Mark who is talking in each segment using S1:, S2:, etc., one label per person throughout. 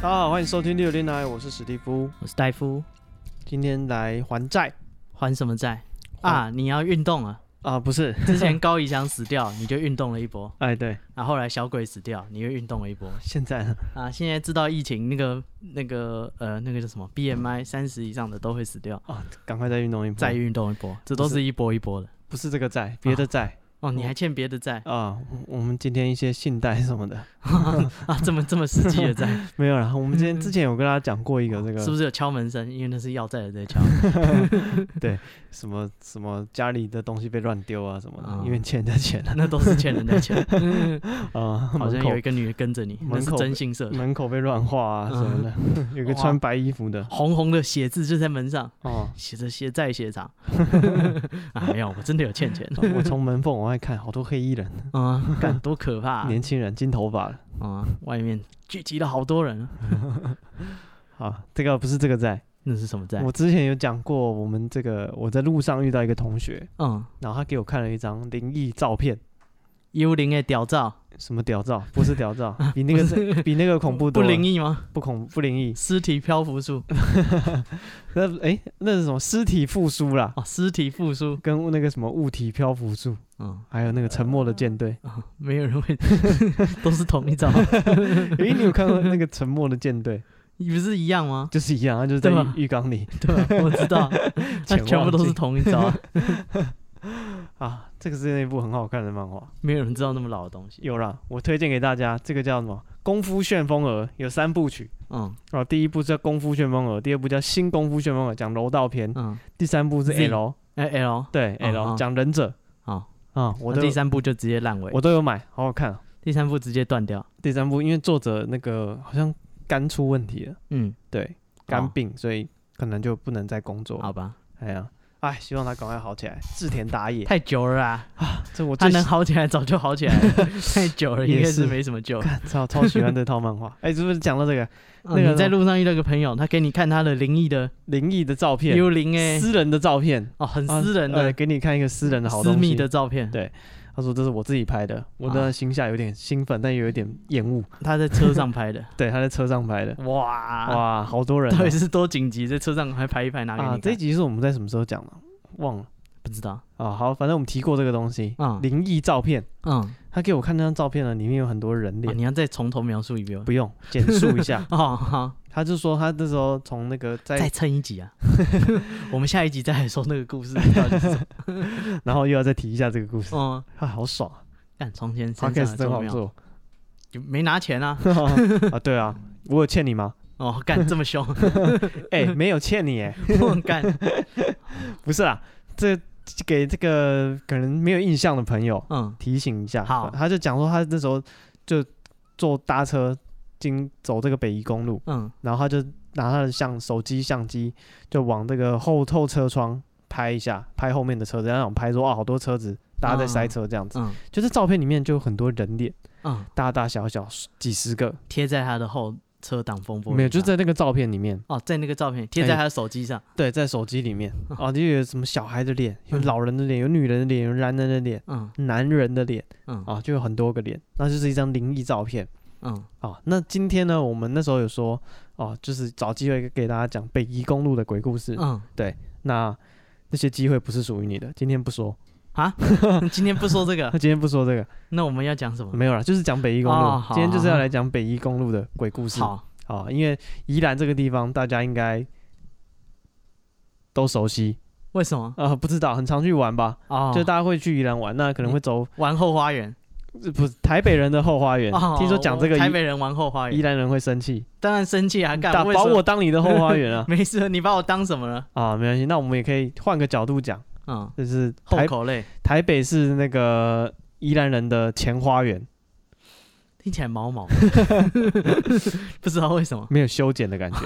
S1: 欢迎收听六零来，我是史蒂夫，
S2: 我是戴夫，
S1: 今天来还债
S2: 还什么债
S1: 哦
S2: 啊？你要运动啊！
S1: 啊，不是，
S2: 之前高以翔死掉，你就运动了一波；
S1: 哎，对，
S2: 然、啊、后来小鬼死掉，你又运动了一波。
S1: 现在呢
S2: 啊，现在知道疫情那个那个呃那个叫什么 BMI 三十以上的都会死掉，
S1: 啊，赶快再运动一波，
S2: 再运动一波，这都
S1: 不
S2: 是一波一波的。
S1: 不是这个债，别的债
S2: 哦，你还欠别的债
S1: 啊，我我们今天一些信贷什么的
S2: 啊？这么这么实际的债，
S1: 没有啦，我们今天之前有跟大家讲过一 个这
S2: 是
S1: 个
S2: 不是有敲门声？因为那是要债的在敲
S1: 什么什么家里的东西被乱丢啊什么
S2: 啊
S1: 的，因为欠的 钱
S2: 那都是欠人的钱。
S1: 啊，
S2: 好
S1: 门
S2: 像
S1: 口
S2: 有一个女的跟着你，那
S1: 门
S2: 是
S1: 口
S2: 征信社的，
S1: 门口被乱画啊什么的， 有个
S2: 哇
S1: 穿白衣服的
S2: 红红的写字就在门上，
S1: 哦，
S2: 写着“血债 血偿”啊，没有，我真的有欠钱。
S1: 我从门缝往外看，好多黑衣人，
S2: 啊，干多可怕啊！
S1: 年轻人，金头发的。
S2: 啊，外面聚集了好多人啊，
S1: 好，啊这个不是这个债。
S2: 那是什么债
S1: 我？之前有讲过，我们这个我在路上遇到一个同学，
S2: 嗯，
S1: 然后他给我看了一张灵异照片，
S2: 幽灵的屌照，
S1: 什么屌照？不是屌 照，比那个是比那个恐怖
S2: 不
S1: 多了，
S2: 灵异吗？
S1: 不恐不灵异。
S2: 尸体漂浮术
S1: 那诶，那是什么尸体复苏啦，
S2: 哦，尸体复苏，
S1: 跟那个什么物体漂浮术，
S2: 嗯，
S1: 还有那个沉默的舰 队。
S2: 啊，没有 人会，都是同一招，
S1: 诶，你有看过那个沉默的舰队？
S2: 你不是一样吗？
S1: 就是一样，他就是在
S2: 对吧
S1: 浴浴缸里
S2: 对吧？我知 道，那
S1: 潜
S2: 全部
S1: 望
S2: 都是
S1: 镜
S2: 同一招 啊，
S1: 啊。这个是那部很好看的漫画，
S2: 没有人知道那么老的东西。
S1: 有啦，我推荐给大家。这个叫什么？《功夫旋风儿》有三部曲。
S2: 嗯
S1: 哦，第一部叫《功夫旋风耳》，第二部叫《新功夫旋风耳》，讲柔道篇；
S2: 嗯，
S1: 第三部是
S2: Z
S1: L，
S2: 哎 L
S1: 对
S2: 嗯
S1: L
S2: 嗯
S1: 讲忍者
S2: 好，
S1: 啊，我
S2: 哦那
S1: 都
S2: 第三部就直接烂尾
S1: 我，都有买，好好看哦。
S2: 第三部直接断掉。
S1: 第三部因为作者那个好像肝出问题了，
S2: 嗯，
S1: 对，肝
S2: 哦
S1: 病，所以可能就不能再工作。
S2: 好吧，
S1: 哎呀，哎，希望他赶快好起来，志田打野，
S2: 太久了啊。
S1: 这我
S2: 他
S1: 最
S2: 能
S1: 喜
S2: 好起来 早就好起 来了，太久了，
S1: 也
S2: 应该
S1: 是
S2: 是没什么救。
S1: 看超超喜欢这套漫画。哎，是不是讲到这个
S2: 啊
S1: 那个
S2: 你在路上遇到一个朋友，他给你看他的灵异的
S1: 灵异的照片，
S2: 幽灵哎，
S1: 私人的照片，
S2: 哦，很
S1: 啊
S2: 私人
S1: 呃
S2: 的、
S1: 给你看一个私人的呃好
S2: 私
S1: 东
S2: 密
S1: 西
S2: 的。照片
S1: 对。他说这是我自己拍的，我
S2: 啊
S1: 当时心下有点兴奋，但又有点厌恶。
S2: 他在车上 拍的，
S1: 对，他在车上拍的，
S2: 哇，
S1: 哇，好多人
S2: 啊到
S1: 哦、
S2: 底是多紧急，在车上还拍一拍拿给你
S1: 啊！
S2: 看
S1: 这一集是我们在什么时候讲的？忘了
S2: 不知道，
S1: 啊。好，反正我们提过这个东西，
S2: 嗯
S1: 灵异照片。
S2: 嗯，啊
S1: 他给我看那张照片呢，里面有很多人脸。
S2: 你要再从头描述一遍吗。，
S1: 不用简述一下
S2: 哦，好，
S1: 他就说他那时候从那个
S2: 再
S1: 在，
S2: 蹭一 集啊！我们下一集再来说那个故事到底是 什么。
S1: 然后又要再提一下这个故事，
S2: 嗯，
S1: 啊，好爽啊
S2: 干从前身上
S1: ！Podcast
S2: 的
S1: 真
S2: 重
S1: 好
S2: 妙，
S1: 做
S2: 就没拿钱啊！
S1: 啊！对啊，我有欠你 吗？
S2: 哦，干这么 凶，
S1: 哎、没有欠你哎，
S2: 我干，
S1: 不是啦，这给这个可能没有印象的朋友，
S2: 嗯
S1: 提醒一下。
S2: 好
S1: 他就讲说他那时候就坐搭车经走这个北宜公路，
S2: 嗯，
S1: 然后他就拿他的相手机相机就往这个后后车窗拍一下，拍后面的车子，然后想拍说哦好多车子，大家在塞车这样子。
S2: 嗯
S1: 就是照片里面就有很多人脸，
S2: 嗯，
S1: 大大小小十几十个，
S2: 贴在他的后车挡风玻璃上，
S1: 没有就在那个照片里面，
S2: 哦，在那个照片贴在他的手机上，
S1: 对，在手机里面 嗯啊，就有什么小孩的脸，有老人的脸，有女人的脸，有男人的脸，
S2: 嗯
S1: 男人的脸
S2: 嗯
S1: 啊，就有很多个脸，那就是一张灵异照片。
S2: 嗯
S1: 哦，那今天呢，我们那时候有说，哦，就是找机会给大家讲北宜公路的鬼故事。
S2: 嗯，
S1: 那那些机会不是属于你的，今天不说。啊
S2: 啊， 今天不说这 个
S1: 那，今天不说这个，
S2: 那我们要讲什么？
S1: 没有了，就是讲北宜公路。
S2: 哦好
S1: 今天就是要
S2: 好
S1: 来讲北宜公路的鬼故事。
S2: 好，
S1: 啊、因为宜兰这个地方大家应该都熟悉
S2: 为什么？
S1: 啊、不知道很常去玩吧？
S2: 哦，
S1: 就大家会去宜兰玩，那可能会走、
S2: 玩后花园。
S1: 不是台北人的后花园。
S2: 哦
S1: 听说讲这个
S2: 台
S1: 宜
S2: 北人玩后花
S1: 宜
S2: 园，
S1: 兰人会生气，
S2: 当然生气啊，干
S1: 打
S2: 为
S1: 把
S2: 什么！
S1: 我当你的后花园啊
S2: 没事，你把我当什么了？
S1: 啊，没关系，那我们也可以换个角度讲。
S2: 嗯，
S1: 就是
S2: 后
S1: 台
S2: 口类
S1: 台北市那个宜兰人的前花园，
S2: 听起来 毛毛，不知道为什么
S1: 没有修剪的 感觉，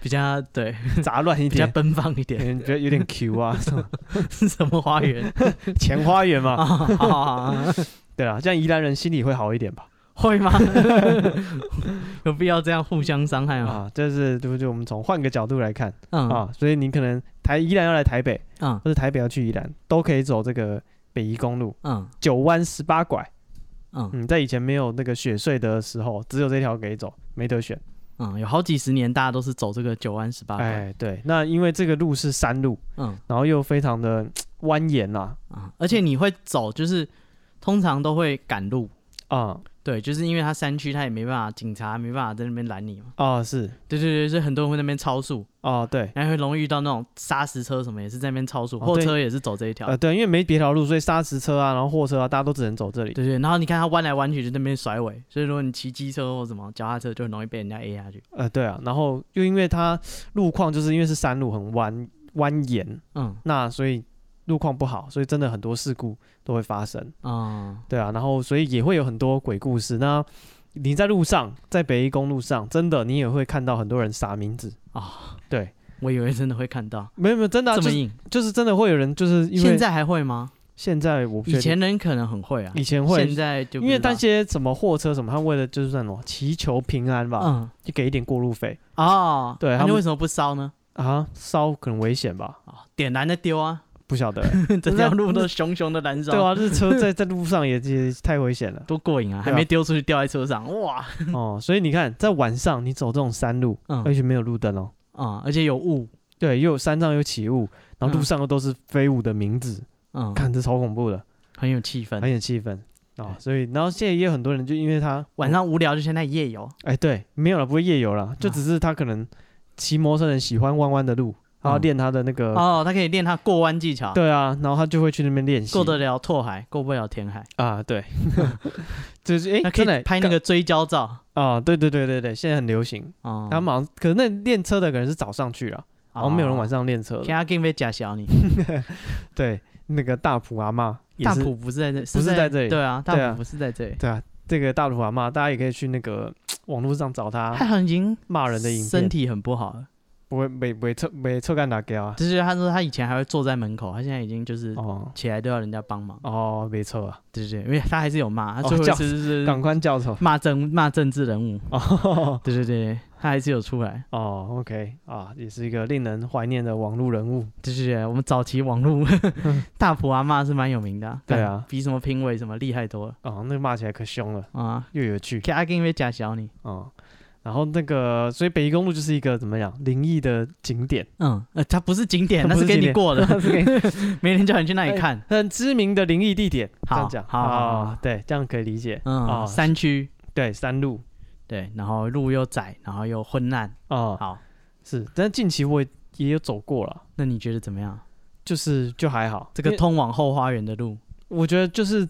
S2: 比较对
S1: 杂乱一
S2: 比较
S1: 点，
S2: 奔放一 点，
S1: 嗯，觉得有点 Q 啊，什么
S2: 是什么花 园？
S1: 前花园嘛，
S2: 啊好好好好
S1: 对啦，这样宜兰人心里会好一点吧？
S2: 会吗？ 有必要这样互相伤害吗？
S1: 啊，这是对不对？我们从换个角度来看
S2: 嗯
S1: 啊，所以你可能台宜兰要来台北，
S2: 嗯
S1: 或者台北要去宜兰，都可以走这个北宜公路
S2: 嗯，
S1: 九弯十八拐，
S2: 嗯
S1: 嗯，在以前没有那个雪隧的时候，只有这条可以走，没得选。
S2: 嗯，有好几十年大家都是走这个九弯十八拐，
S1: 哎，对，那因为这个路是山路，
S2: 嗯
S1: 然后又非常的蜿蜒啦、
S2: 啊，而且你会走就是通常都会赶路，
S1: 啊，
S2: 对，就是因为它山区它也没办法，警察没办法在那边拦你嘛，
S1: 啊是
S2: 对对对，所以很多人会在那边超速，
S1: 啊对，
S2: 然后会容易遇到那种砂石车什么也是在那边超速，
S1: 哦
S2: 货
S1: 对
S2: 车也是走这一条，
S1: 呃对，因为没别条路，所以砂石车啊，然后货车啊，大家都只能走这里。
S2: 对对，然后你看它弯来弯去就在那边甩尾，所以如果你骑机车或什么脚踏车就很容易被人家 A 下去，
S1: 呃对啊，然后又因为它路况就是因为是山路很蜿蜿蜒，
S2: 嗯
S1: 那所以路况不好，所以真的很多事故都会发生。
S2: 嗯
S1: 对啊，然后所以也会有很多鬼故事。那你在路上，在北一公路上，真的你也会看到很多人撒名字。
S2: 啊，
S1: 对，
S2: 我以为真的会看到
S1: 没有没有，真的、啊、
S2: 这
S1: 就
S2: 么
S1: 是
S2: 硬，
S1: 就是真的会有人，就是因为
S2: 现在还会吗？
S1: 现在我不确
S2: 以
S1: 定
S2: 前人可能很会啊，
S1: 以前会，
S2: 现在就不
S1: 因为
S2: 知道
S1: 那些什么货车什么，他为了就是那种祈求平安吧，
S2: 嗯
S1: 就给一点过路费啊
S2: 哦，
S1: 对
S2: 那
S1: 他
S2: 你
S1: 们
S2: 为什么不烧呢？
S1: 啊，烧可能危险吧，
S2: 哦，点燃的丢啊，
S1: 不晓得、
S2: 整条路都熊熊的燃烧，
S1: 对啊，这车 在在路上也也太危 险了
S2: 多过瘾啊！还
S1: 对啊
S2: 没丢出去，掉在车上，哇，
S1: 哦，所以你看，在晚上你走这种山路，
S2: 嗯
S1: 而且没有路灯哦，
S2: 嗯，而且有雾，
S1: 对，又有山上又起雾，然后
S2: 嗯
S1: 路上又都是飞舞的名字，
S2: 嗯，
S1: 看哎这超恐怖的，
S2: 很有气氛。
S1: 很有气氛哦。
S2: 嗯
S1: 所以，然后现在也有很多人就因为他
S2: 晚，上无聊就先在夜游，
S1: 哎，对，没有了，不会夜游了，就只是他可能骑摩托车人喜欢弯弯的路，然后
S2: 嗯嗯
S1: 练他的那个
S2: 哦，他可以练他过弯技巧，
S1: 对啊，然后他就会去那边练习。
S2: 过得了拓海，过不了填海，
S1: 啊， 对， 就是哎，
S2: 那可
S1: 真的
S2: 以拍那个追焦照。
S1: 啊，对对对对对，现在很流行。
S2: 哦，
S1: 他们好像可能那练车的可能是早上去了，啊好像没有人晚
S2: 上。
S1: 上练车
S2: 天
S1: 了。
S2: 啊，给被假小你。
S1: 对，那个大埔阿妈也
S2: 大
S1: 是，
S2: 埔不是在这，
S1: 不是在这里
S2: 对啊，
S1: 对
S2: 大
S1: 啊
S2: 埔不是在这里。
S1: 对啊，这个大埔阿妈，大家也可以去那个网络上找
S2: 他
S1: 她
S2: 很已经
S1: 骂人的影
S2: 身
S1: 片，
S2: 体很不好了。
S1: 不会没没臭没臭干打给啊。
S2: 就是他说他以前还会坐在门口，他现在已经就是
S1: 哦
S2: 起来都要人家帮忙。
S1: 哦，没错啊，
S2: 对对对，因为他还是有骂，他
S1: 哦
S2: 最后一
S1: 这样
S2: 次就是
S1: 港宽教授。
S2: 骂政骂政治人物，
S1: 哦
S2: 对对对，他还是有出来，
S1: 哦，OK 啊，也是一个令人怀念的网络人物。
S2: 对对对，我们早期网 络大埔阿嬷是蛮有名的、
S1: 对啊
S2: 比什么评委什么厉害多了
S1: 哦，那个骂起来可凶了，
S2: 啊，
S1: 又有趣。
S2: 给阿金被假小你，
S1: 哦，然后那个，所以北宜公路就是一个怎么讲灵异的景点，
S2: 嗯，呃，它不是景点，那
S1: 不
S2: 是
S1: 是哎
S2: 给
S1: 景
S2: 你
S1: 点
S2: 过的，
S1: 是给
S2: 没人叫你去那里看，
S1: 很知名的灵异地点。这
S2: 好
S1: 样讲
S2: 好好好
S1: 啊，对，这样可以理解。
S2: 嗯，
S1: 哦
S2: 山区，
S1: 对，山路
S2: 对，然后路又窄，然后又昏暗，
S1: 啊，
S2: 好，
S1: 是，但近期我也有走过了，
S2: 那你觉得怎么样？
S1: 就是就还好。
S2: 这个
S1: 因为
S2: 通往后花园的路，
S1: 我觉得就是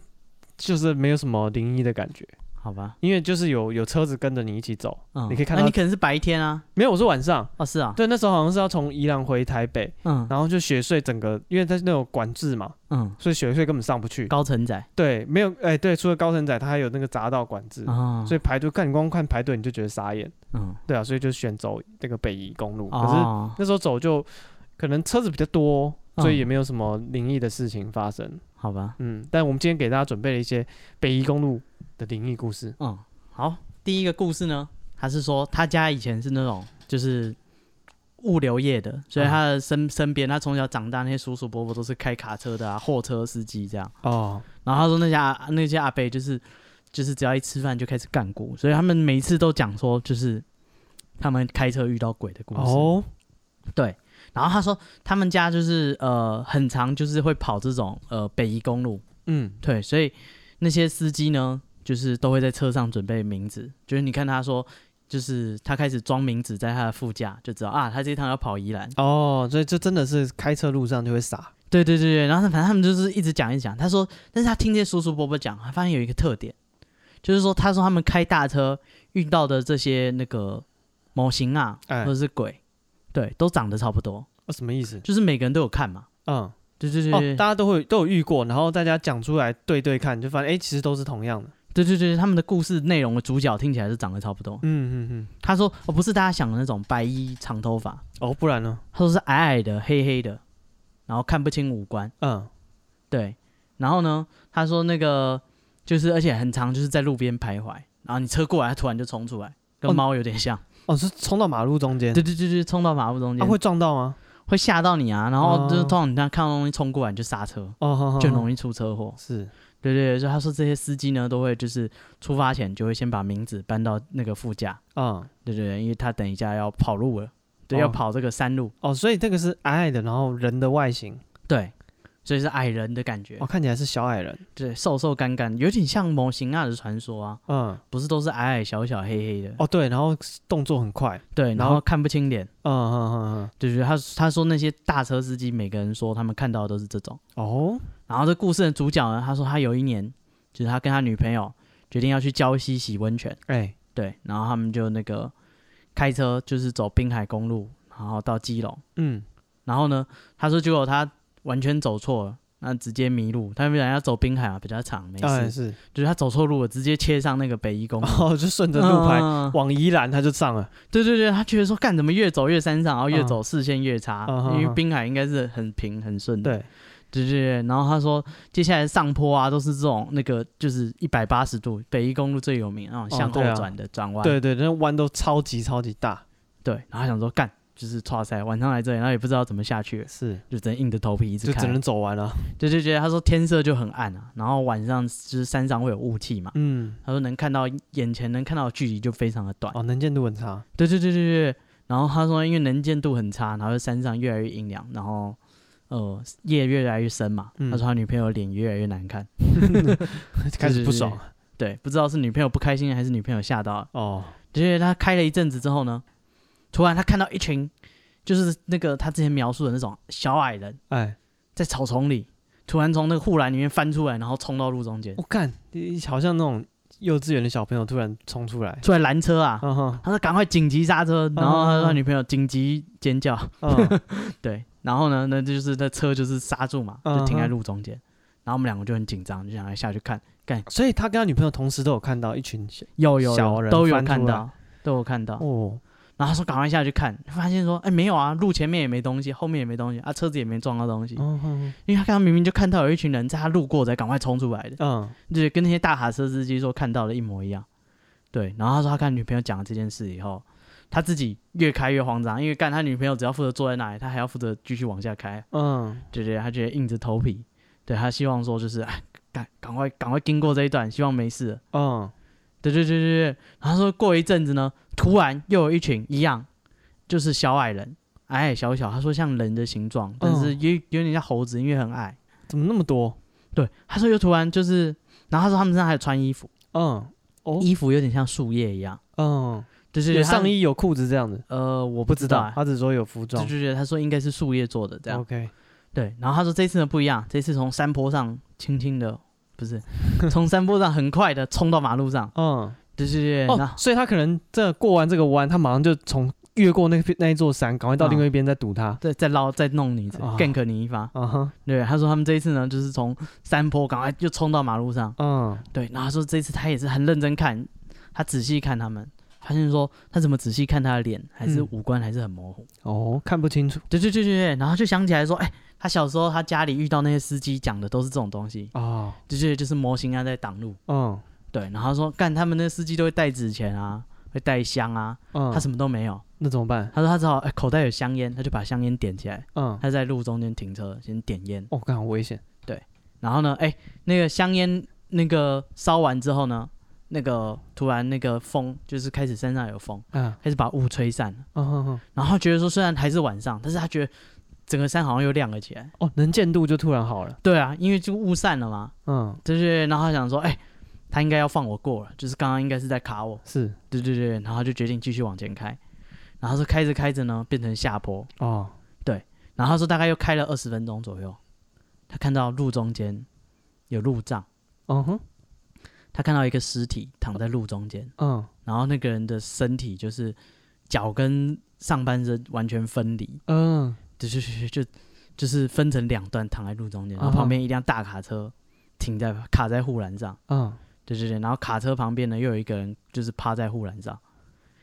S1: 就是没有什么灵异的感觉，
S2: 好吧，
S1: 因为就是有有车子跟着你一起走，
S2: 嗯，
S1: 你可以看
S2: 那
S1: 到
S2: 你。可能是白天啊，
S1: 没有，我是晚上。
S2: 哦，是啊，
S1: 对，那时候好像是要从宜兰回台北，
S2: 嗯
S1: 然后就雪隧整个，因为它是那种管制嘛，
S2: 嗯，
S1: 所以雪隧根本上不去。
S2: 高层仔
S1: 对，没有，哎、对，除了高层仔，它还有那个匝道管制，
S2: 啊，
S1: 所以排队看你光看排队你就觉得傻眼，
S2: 嗯，
S1: 对啊，所以就选走那个北宜公路。可是
S2: 哦
S1: 那时候走就可能车子比较多，
S2: 嗯
S1: 所以也没有什么灵异的事情发生。
S2: 好吧，
S1: 嗯，但我们今天给大家准备了一些北宜公路的灵异故事。
S2: 嗯，好，第一个故事呢，他是说他家以前是那种就是物流业的，所以
S1: 嗯
S2: 他的身、身边，他从小长大那些叔叔伯伯都是开卡车的啊，货车司机这样。
S1: 哦，
S2: 然后他说那家那些阿伯就是就是只要一吃饭就开始干股，所以他们每一次都讲说就是他们开车遇到鬼的故事。
S1: 哦，
S2: 然后他说他们家就是呃很长就是会跑这种呃北宜公路，
S1: 嗯，
S2: 对，所以那些司机呢，就是都会在车上准备名字，就是你看他说，就是他开始装名字在他的副驾，就知道啊，他这一趟要跑宜兰。
S1: 哦，所以这真的是开车路上就会傻。
S2: 对对对对，然后他反正他们就是一直讲一直讲。他说，但是他听这些叔叔伯伯讲，他发现有一个特点，就是说他说他们开大车遇到的这些那个模型啊，
S1: 哎
S2: 或者是鬼，对，都长得差不多，
S1: 哦，什么意思？
S2: 就是每个人都有看嘛。
S1: 嗯，
S2: 对对对
S1: 哦
S2: 对，，
S1: 大家都会都有遇过，然后大家讲出来对对看，就发现哎、其实都是同样的。
S2: 对对对，他们的故事内容的主角听起来是长得差不多。
S1: 嗯嗯嗯，
S2: 他说：“哦，不是大家想的那种白衣长头发，
S1: 哦，不然呢？
S2: 他说是矮矮的、黑黑的，然后看不清五官。
S1: 嗯，
S2: 对，然后呢，他说那个就是，而且很长，就是在路边徘徊，然后你车过来，他突然就冲出来，跟
S1: 哦
S2: 猫有点像。
S1: 哦，是冲到马路中间。
S2: 对对对对，冲到马路中
S1: 啊，
S2: 间、
S1: 会撞到吗？
S2: 会吓到你啊，然后就是
S1: 哦
S2: 通常你这样看到东西冲过来，你就刹车，
S1: 哦，
S2: 就很容
S1: 易
S2: 易出车祸。
S1: 是
S2: 对对对，所以他说这些司机呢都会就是出发前就会先把名字搬到那个副驾，
S1: 嗯，
S2: 对对对，因为他等一下要跑路了，对，
S1: 哦
S2: 要跑这个山路，
S1: 哦，所以这个是矮矮的，然后人的外形，
S2: 对，所以是矮人的感觉，
S1: 哦，看起来是小矮人，
S2: 对，瘦瘦干干，有点像模型啊的传说啊，
S1: 嗯，
S2: 不是都是矮矮小小黑黑的，
S1: 哦对，然后动作很快，
S2: 对，
S1: 然
S2: 然
S1: 后
S2: 后看不清脸，
S1: 嗯嗯嗯
S2: 对对，对他他说那些大车司机每个人说他们看到的都是这种。
S1: 嗯，哦，
S2: 然后这故事的主角呢，他说他有一年，就是他跟他女朋友决定要去礁溪洗温泉，
S1: 哎，
S2: 对，然后他们就那个开车就是走滨海公路，然后到基隆，
S1: 嗯，
S2: 然后呢，他说结果他完全走错了，那直接迷路，他们本来要走滨海啊嘛，比较长，没事，
S1: 当然是，
S2: 就是他走错路了，直接切上那个北宜公路，
S1: 哎 哦，就顺着路牌
S2: 嗯
S1: 往宜兰，他就上了，
S2: 对对对，他觉得说干怎么越走越山上，然后越走视线越差，
S1: 嗯
S2: 因
S1: 嗯
S2: 为滨海应该是很平很顺的。
S1: 对，
S2: 对对对，然后他说接下来上坡啊都是这种那个就是一百八十度，北宜公路最有名那种向后
S1: 对啊
S2: 转的转弯、
S1: 对对，那弯都超级超级大，
S2: 对然后他想说干就是哇塞，晚上来这里，然后也不知道怎么下去，
S1: 是，
S2: 就只能硬着头皮一直
S1: 就
S2: 开。
S1: 只能走完了，
S2: 对对对，他说天色就很暗啊，然后晚上就是山上会有雾气嘛，
S1: 嗯，
S2: 他说能看到眼前能看到的距离就非常的短。
S1: 哦，能见度很差，
S2: 对对对对对。然后他说，因为能见度很差，然后山上越来越阴凉，然后呃夜越来越深嘛。
S1: 嗯
S2: 他说他女朋友脸越来越难看，
S1: 开始不爽
S2: 对，对，不知道是女朋友不开心还是女朋友吓到了。
S1: 哦，
S2: 就是他开了一阵子之后呢，突然他看到一群，就是那个他之前描述的那种小矮人，
S1: 哎，
S2: 在草丛里突然从那个护栏里面翻出来，然后冲到路中间
S1: 我，干，你好像那种幼稚园的小朋友突然冲出 来，
S2: 出来拦车啊。
S1: 嗯哼，
S2: 他说赶快紧急刹车，然后他
S1: 嗯
S2: 说女朋友紧急尖叫，
S1: 嗯
S2: 对，然后呢，那就是那车就是刹住嘛，
S1: 嗯哼
S2: 就停在路中间。然后我们两个就很紧张，就想要下去看，
S1: 所以他跟他女朋友同时都有看到一群 小
S2: 有有
S1: 小
S2: 有
S1: 人
S2: 都有
S1: 翻出
S2: 看
S1: 来
S2: 到，都有看到。
S1: 哦，
S2: 然后他说赶快下去看，发现说哎没有啊，路前面也没东西，后面也没东西啊，车子也没撞到东西，
S1: 嗯哼
S2: 因为他刚刚明明就看到有一群人在他路过才赶快冲出来的，
S1: 嗯，
S2: 就是跟那些大卡车司机说看到的一模一样。对，然后他说他看女朋友讲了这件事以后，他自己越开越慌张，因为干他女朋友只要负责坐在那里，他还要负责继续往下开。
S1: 嗯，
S2: 对对，他觉得硬着头皮，对他希望说就是哎，赶赶快赶快经过这一段，希望没事了。
S1: 嗯，
S2: 对对对对对，然后说过一阵子呢，突然又有一群一样，就是小矮人，矮矮小小，他说像人的形状，但是有有点像猴子，因为很矮。
S1: 怎么那么多？
S2: 对，他说又突然就是，然后他说他们身上还有穿衣服，
S1: 嗯，哦，
S2: 衣服有点像树叶一样，
S1: 嗯，
S2: 就是
S1: 有
S2: 他
S1: 上。衣有裤子这样子，
S2: 呃，我
S1: 不
S2: 不
S1: 知哦
S2: 知
S1: 道
S2: 道，，
S1: 他只说有服
S2: 就
S1: 装。
S2: 就觉得他说应该是树叶做的这样。
S1: OK，
S2: 对，然后他说这次呢不一样，这次从山坡上轻轻的，不 是从山坡上很快的冲到马路上，
S1: 嗯，
S2: 对对对，然
S1: 哦，
S2: 后
S1: 所以他可能这过完这个弯，他马上就从越过那个那一座山，赶快到另外一边再堵他。
S2: 再再捞再弄你一次
S1: 啊
S2: ，gank 你一发。
S1: 啊哈，
S2: 对，他说他们这一次呢就是从山坡赶快就冲到马路上，
S1: 嗯，
S2: 对，然后他说这次他也是很认真看，他仔细看他们。发现说他怎么仔细看他的脸，还是
S1: 嗯
S2: 五官还是很模糊。
S1: 哦，看不清楚
S2: 对对对对对，然后就想起来说，哎、他小时候他家里遇到那些司机讲的都是这种东西，
S1: 哦，
S2: 就是就是模型啊在挡路。
S1: 嗯
S2: 对，然后他说干他们那司机都会带纸钱啊，会带香啊，
S1: 嗯，
S2: 他什么都没有。
S1: 那怎么办？
S2: 他说他只好、哎口袋有香烟，他就把香烟点起来，
S1: 嗯，
S2: 他在路中间停车先点烟，
S1: 哦，看好危险。
S2: 然后呢，哎、那个香烟那个烧完之后呢，那个突然那个风就是开始山上有风，
S1: 嗯
S2: 开始把雾吹散了，
S1: 嗯嗯嗯，
S2: 然后他觉得说虽然还是晚上，但是他觉得整个山好像又亮了起来。
S1: 哦，能见度就突然好了。
S2: 对啊，因为就雾散了嘛，
S1: 嗯，
S2: 对对对，然后他想说，哎、他应该要放我过了，就是刚刚应该是在卡我，
S1: 是
S2: 对对对，然后他就决定继续往前开，然后说开着开着呢，变成下坡，
S1: 哦，
S2: 然后他说大概又开了二十分钟左右，他看到路中间有路障，
S1: 嗯哼，
S2: 他看到一个尸体躺在路中间，
S1: 嗯，
S2: 然后那个人的身体就是脚跟上半身完全分离，
S1: 嗯，
S2: 就就就就就是分成两段躺在路中间，
S1: 嗯
S2: 然后
S1: 哼
S2: 旁边一辆大卡车停在卡在护栏上，
S1: 嗯，
S2: 对对对，然后卡车旁边呢又有一个人就是趴在护栏上，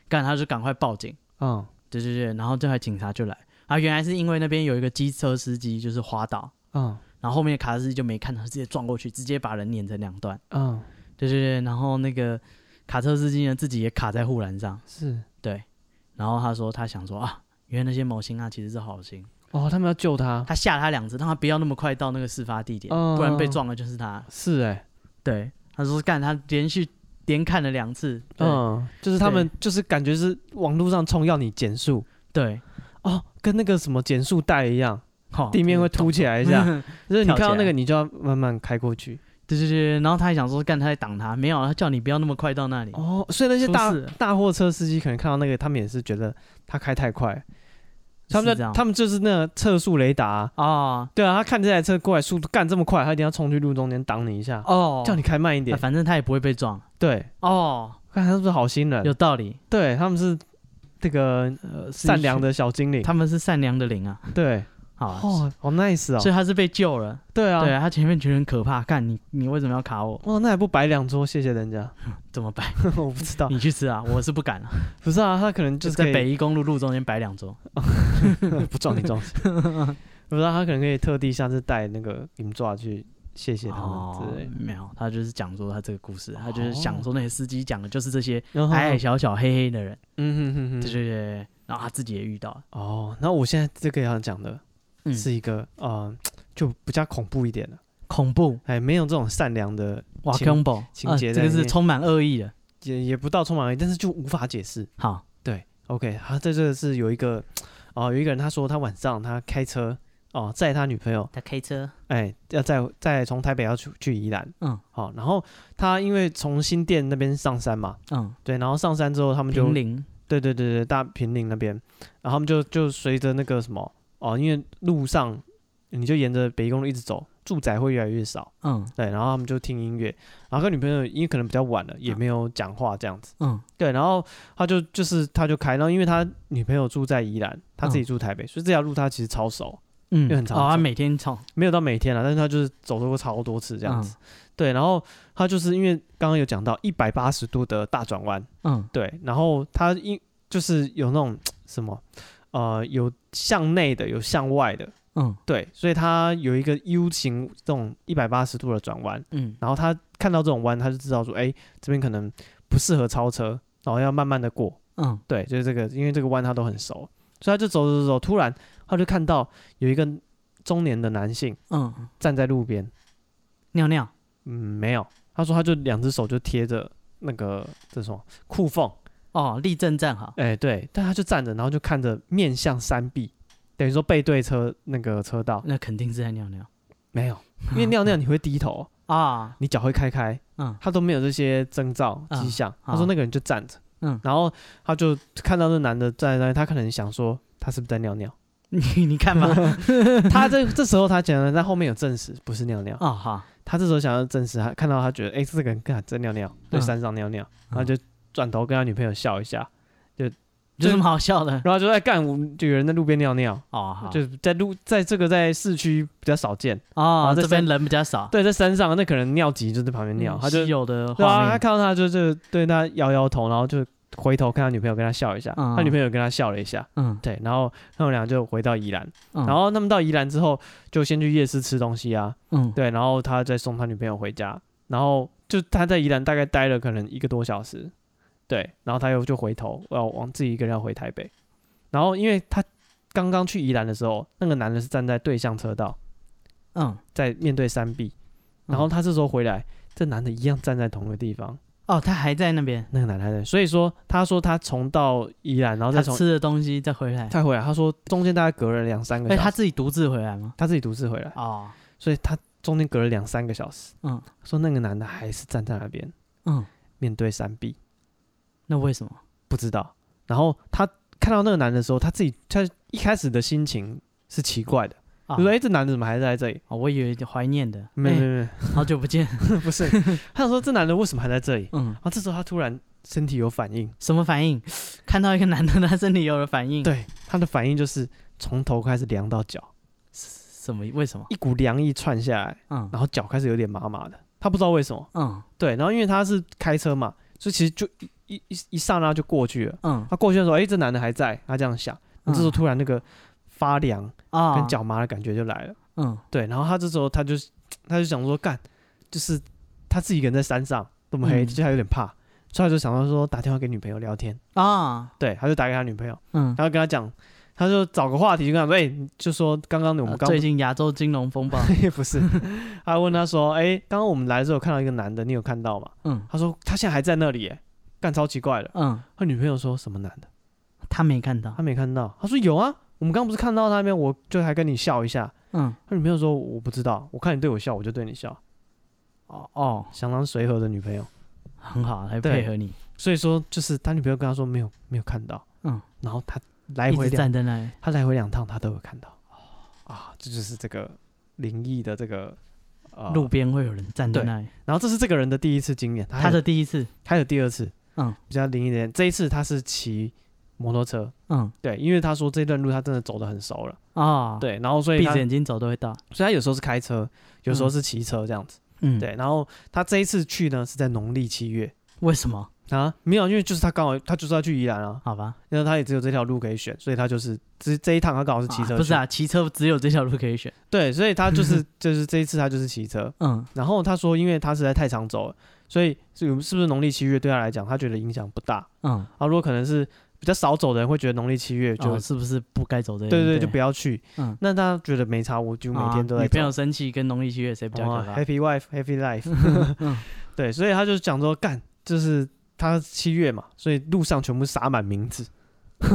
S2: 干他就赶快报警。
S1: 嗯，
S2: 对对对，然后这台警察就来啊，原来是因为那边有一个机车司机就是滑倒，
S1: 嗯，
S2: 然后后面的卡车司机就没看到，直接撞过去，直接把人碾成两段。
S1: 嗯，
S2: 对对对，然后那个卡车司机呢自己也卡在护栏上，
S1: 是，
S2: 然后他说他想说啊，原来那些模型啊其实是好心，
S1: 哦，他们要救他，
S2: 他吓他两次，让他不要那么快到那个事发地点，
S1: 嗯
S2: 不然被撞的就是欸他。
S1: 是哎、
S2: 对，他说干，他连续连看了两次。对、
S1: 嗯，就是他们就是感觉是网络上冲要你减速
S2: 对，
S1: 哦，跟那个什么减速带一样，
S2: 好
S1: 地面会凸起来一下，就是你看
S2: 跳起来
S1: 到那个你就要慢慢开过去。
S2: 对对对，然后他还想说干，他在挡他，没有，啊他叫你不要那么快到那里。
S1: 哦，所以那些
S2: 出
S1: 大
S2: 事了
S1: 大货车司机可能看到那个，他们也是觉得他开太快，他们
S2: 是这
S1: 就
S2: 样
S1: 他们就是那个测速雷达啊、
S2: 哦
S1: 对啊，他看这台车过来速度干这么快，他一定要冲去路中间挡你一下，
S2: 哦，
S1: 叫你开慢一
S2: 啊
S1: 点。
S2: 反正他也不会被撞。
S1: 对，
S2: 哦，
S1: 看他是不是好心人？
S2: 有道理，
S1: 对，他们是这个、呃、善良的小精灵。
S2: 他们是善良的灵啊。
S1: 对，
S2: 好啊，
S1: 哦，好 nice 哦
S2: 所。以他是被救了。
S1: 对啊，
S2: 对啊，他前面觉得很可怕，干你你为什么要卡我？
S1: 哇，那还不摆两桌，谢谢人家。
S2: 怎么摆？
S1: 我不知道，
S2: 你去吃啊，我是不敢了、
S1: 不是啊，他可能哦
S2: 就
S1: 就是是可
S2: 在
S1: 以
S2: 北宜公路路中间摆两桌。
S1: 不撞你撞 死。不知啊道他可能可以特地下次带那个银爪去谢谢他们之类的。
S2: 哦没有，他就是讲说他这个故事，他就是
S1: 哦
S2: 想说那些司机讲的就是这些
S1: 然后
S2: 矮矮小小黑黑的人，
S1: 嗯哼哼哼，
S2: 对对对对，然后他自己也遇到了，
S1: 哦，那我现在这个要讲的
S2: 嗯，
S1: 是一个呃，就比较恐怖一点的，
S2: 恐怖
S1: 哎，没有这种善良的
S2: 哇
S1: 情
S2: ，combo，
S1: 情
S2: 啊
S1: 节
S2: 这
S1: 在
S2: 个
S1: 里
S2: 是
S1: 面
S2: 充满恶意的。
S1: 也也不到充满恶意，但是就无法解释。
S2: 好，
S1: 对，OK，他在这个是有一个，哦、有一个人他说他晚上他开车哦、载他女朋友，
S2: 他开车，
S1: 哎，要载载从台北要去去宜兰，
S2: 嗯
S1: 好、然后他因为从新店那边上山嘛，
S2: 嗯，
S1: 对，然后上山之后他们就
S2: 平陵，
S1: 对对对对大平岭那边，然后他们就就随着那个什么哦，因为路上你就沿着北宜公路一直走，住宅会越来越少，
S2: 嗯
S1: 对，然后他们就听音乐，然后跟女朋友因为可能比较晚了，也没有讲话这样子。
S2: 嗯
S1: 对，然后他就就是他就开，然后因为他女朋友住在宜兰，他自己
S2: 嗯
S1: 住台北，所以这条路他其实超熟，
S2: 嗯，
S1: 又很常
S2: 哦，他
S1: 走
S2: 每天吵，
S1: 没有到每天了，但是他就是走过超多次这样子。对，然后他就是因为刚刚有讲到一百八十度的大转弯，
S2: 嗯
S1: 对，然后他因就是有那种什么呃，有向内的，有向外的，
S2: 嗯
S1: 对，所以他有一个 U 型这种一百八十度的转弯，
S2: 嗯
S1: 然后他看到这种弯，他就知道说，哎、这边可能不适合超车，然后要慢慢的过。
S2: 嗯
S1: 对，就是这个，因为这个弯他都很熟，所以他就走走走走，突然他就看到有一个中年的男性
S2: 嗯，
S1: 站在路边，
S2: 尿尿，
S1: 嗯，没有，他说他就两只手就贴着那个这是什么裤缝，
S2: 哦，立正站好，
S1: 哎、对，但他就站着，然后就看着面向山壁，等于说背对车那个车道，
S2: 那肯定是在尿尿
S1: 没有，因为尿尿你会低头，
S2: 啊，
S1: 你脚会开开，
S2: 嗯
S1: 他都没有这些征兆
S2: 嗯
S1: 迹象。他说那个人就站着，
S2: 嗯
S1: 然后他就看到那男的站在那里，他可能想说他是不是在尿尿？
S2: 你你看吧，
S1: 他这这时候他讲了，在后面有证实不是尿尿。
S2: 哦好，
S1: 他这时候想要证实，他看到他觉得哎、诶这个人干真尿尿，在
S2: 嗯
S1: 山上尿尿，然后就转头跟他女朋友笑一下，
S2: 有什么好笑的？
S1: 然后就在干，我们就有人在路边尿尿。
S2: 哦好，
S1: 就在路，在这个在市区比较少见，
S2: 哦
S1: 啊这
S2: 这边
S1: 三
S2: 人比较少，
S1: 对，在山上那可能尿急就在旁边尿，
S2: 嗯
S1: 他就
S2: 稀有的
S1: 对
S2: 画
S1: 啊，
S2: 面，
S1: 他看到他就就对他摇摇头，然后就回头看他女朋友，跟他笑一下，
S2: 嗯
S1: 他女朋友跟他笑了一下，
S2: 嗯，
S1: 对，然后他们俩就回到宜兰，
S2: 然
S1: 然后他们到宜兰之后就先去夜市吃东西啊，
S2: 嗯，
S1: 对，然后他再送他女朋友回家，然后就他在宜兰大概待了可能一个多小时，对，然后他又就回头要往自己一个人要回台北，然后因为他刚刚去宜兰的时候，那个男的是站在对向车道，
S2: 嗯，
S1: 在面对山壁，然后他这时候回来，这男的一样站在同一个地方。
S2: 哦，他还在那边，
S1: 那个奶奶的，所以说他说他从到宜兰，然后
S2: 他
S1: 再从
S2: 吃的东西再回来，
S1: 再回来，他说中间大概隔了两三个小
S2: 哎，
S1: 时，
S2: 他自己独自回来吗？
S1: 他自己独自回来，
S2: 哦，
S1: 所以他中间隔了两三个小时。
S2: 嗯
S1: 说那个男的还是站在那边
S2: 嗯，
S1: 面对山壁，
S2: 那为什么？
S1: 不知道。然后他看到那个男的时候，他自己他一开始的心情是奇怪的，
S2: 啊
S1: 就说哎、这男的怎么还在这里？
S2: 哦我以为怀念的，
S1: 没
S2: 哎
S1: 没没，
S2: 好久 不见，
S1: 不是，他想说这男的为什么还在这里？
S2: 嗯，
S1: 然后这时候他突然身体有反应，
S2: 什么反应？看到一个男的，他身体有了反应，，
S1: 对他的反应就是从头开始凉到脚，
S2: 什么？为什么？
S1: 一股凉意窜下来。
S2: 嗯
S1: 然后脚开始有点麻麻的，他不知道为什么。
S2: 嗯
S1: 对，然后因为他是开车嘛，所以其实就一一一一刹那就过去了。
S2: 嗯，
S1: 他过去的时候，哎、这男的还在，他这样想。那这时候突然那个发凉
S2: 啊，
S1: 跟，脚麻的感觉就来了。
S2: 嗯
S1: 对，然后他这时候他就他就想说，干，就是他自己一个人在山上这么黑，
S2: 嗯
S1: 就他有点怕，所以他就想到说打电话给女朋友聊天。
S2: 啊，
S1: 对，他就打给他女朋友，
S2: 嗯
S1: 然后跟他讲他就找个话题就跟他说，哎、你就说刚刚我们
S2: 呃
S1: 刚、
S2: 最近亚洲金融风暴，
S1: 也不是， 他问他说，哎、刚刚我们来的时候有看到一个男的，你有看到吗？
S2: 嗯
S1: 他说他现在还在那里，耶，干超奇怪的。
S2: 嗯，
S1: 他女朋友说什么男的？
S2: 他没看到
S1: 他，没看到。他说有啊，我们刚刚不是看到他那边，我就还跟你笑一下。
S2: 嗯，
S1: 他女朋友说我不知道，我看你对我笑，我就对你笑，
S2: 哦哦，
S1: 相当随和的女朋友。
S2: 很好，还
S1: 对
S2: 配合你，
S1: 所以说，就是他女朋友跟他说没有没有看到，
S2: 嗯，
S1: 然后他来
S2: 一
S1: 回
S2: 直
S1: 两
S2: 站在哦那里，
S1: 他来回两趟他都有看到，啊，这就是这个灵异的这个呃
S2: 路，边会有人站在
S1: 对
S2: 那里，
S1: 然后这是这个人的第一次经验，他
S2: 他
S1: 还有
S2: 的第一次，
S1: 还有第二次，
S2: 嗯，
S1: 比较灵异一点，这一次他是骑摩托车，
S2: 嗯
S1: 对，因为他说这段路他真的走的很熟了，
S2: 哦，，
S1: 对，然后所以
S2: 闭
S1: 他
S2: 着
S1: 所
S2: 眼睛走都会到，
S1: 以他有时候是开车，有时候
S2: 嗯
S1: 是骑车这样子，
S2: 嗯，，
S1: 对，然后他这一次去呢是在农历七月
S2: 为什么？
S1: 啊，没有，因为就是他刚好他就是要去宜兰啊，
S2: 好吧，
S1: 然后他也只有这条路可以选，所以他就是这这一趟他刚好是骑车、
S2: 啊不是，啊，骑车只有这条路可以选，
S1: 对，所以他就是 就是这一次他就是骑车，
S2: 嗯
S1: 然后他说因为他实在太常走了，所以是是不是农历七月对他来讲他觉得影响不大
S2: 嗯，
S1: 啊？如果可能是比较少走的人会觉得农历七月就、
S2: 哦是不是不该走这？
S1: 对对就不要去，
S2: 嗯
S1: 那他觉得没差，我就每
S2: 啊
S1: 天都在
S2: 女朋友
S1: 走。哦
S2: 生气跟农历七月谁比较
S1: 哇
S2: 可怕？嗯
S1: happy wife happy life，对，所以他就讲说干就是。他七月嘛，所以路上全部撒满名字，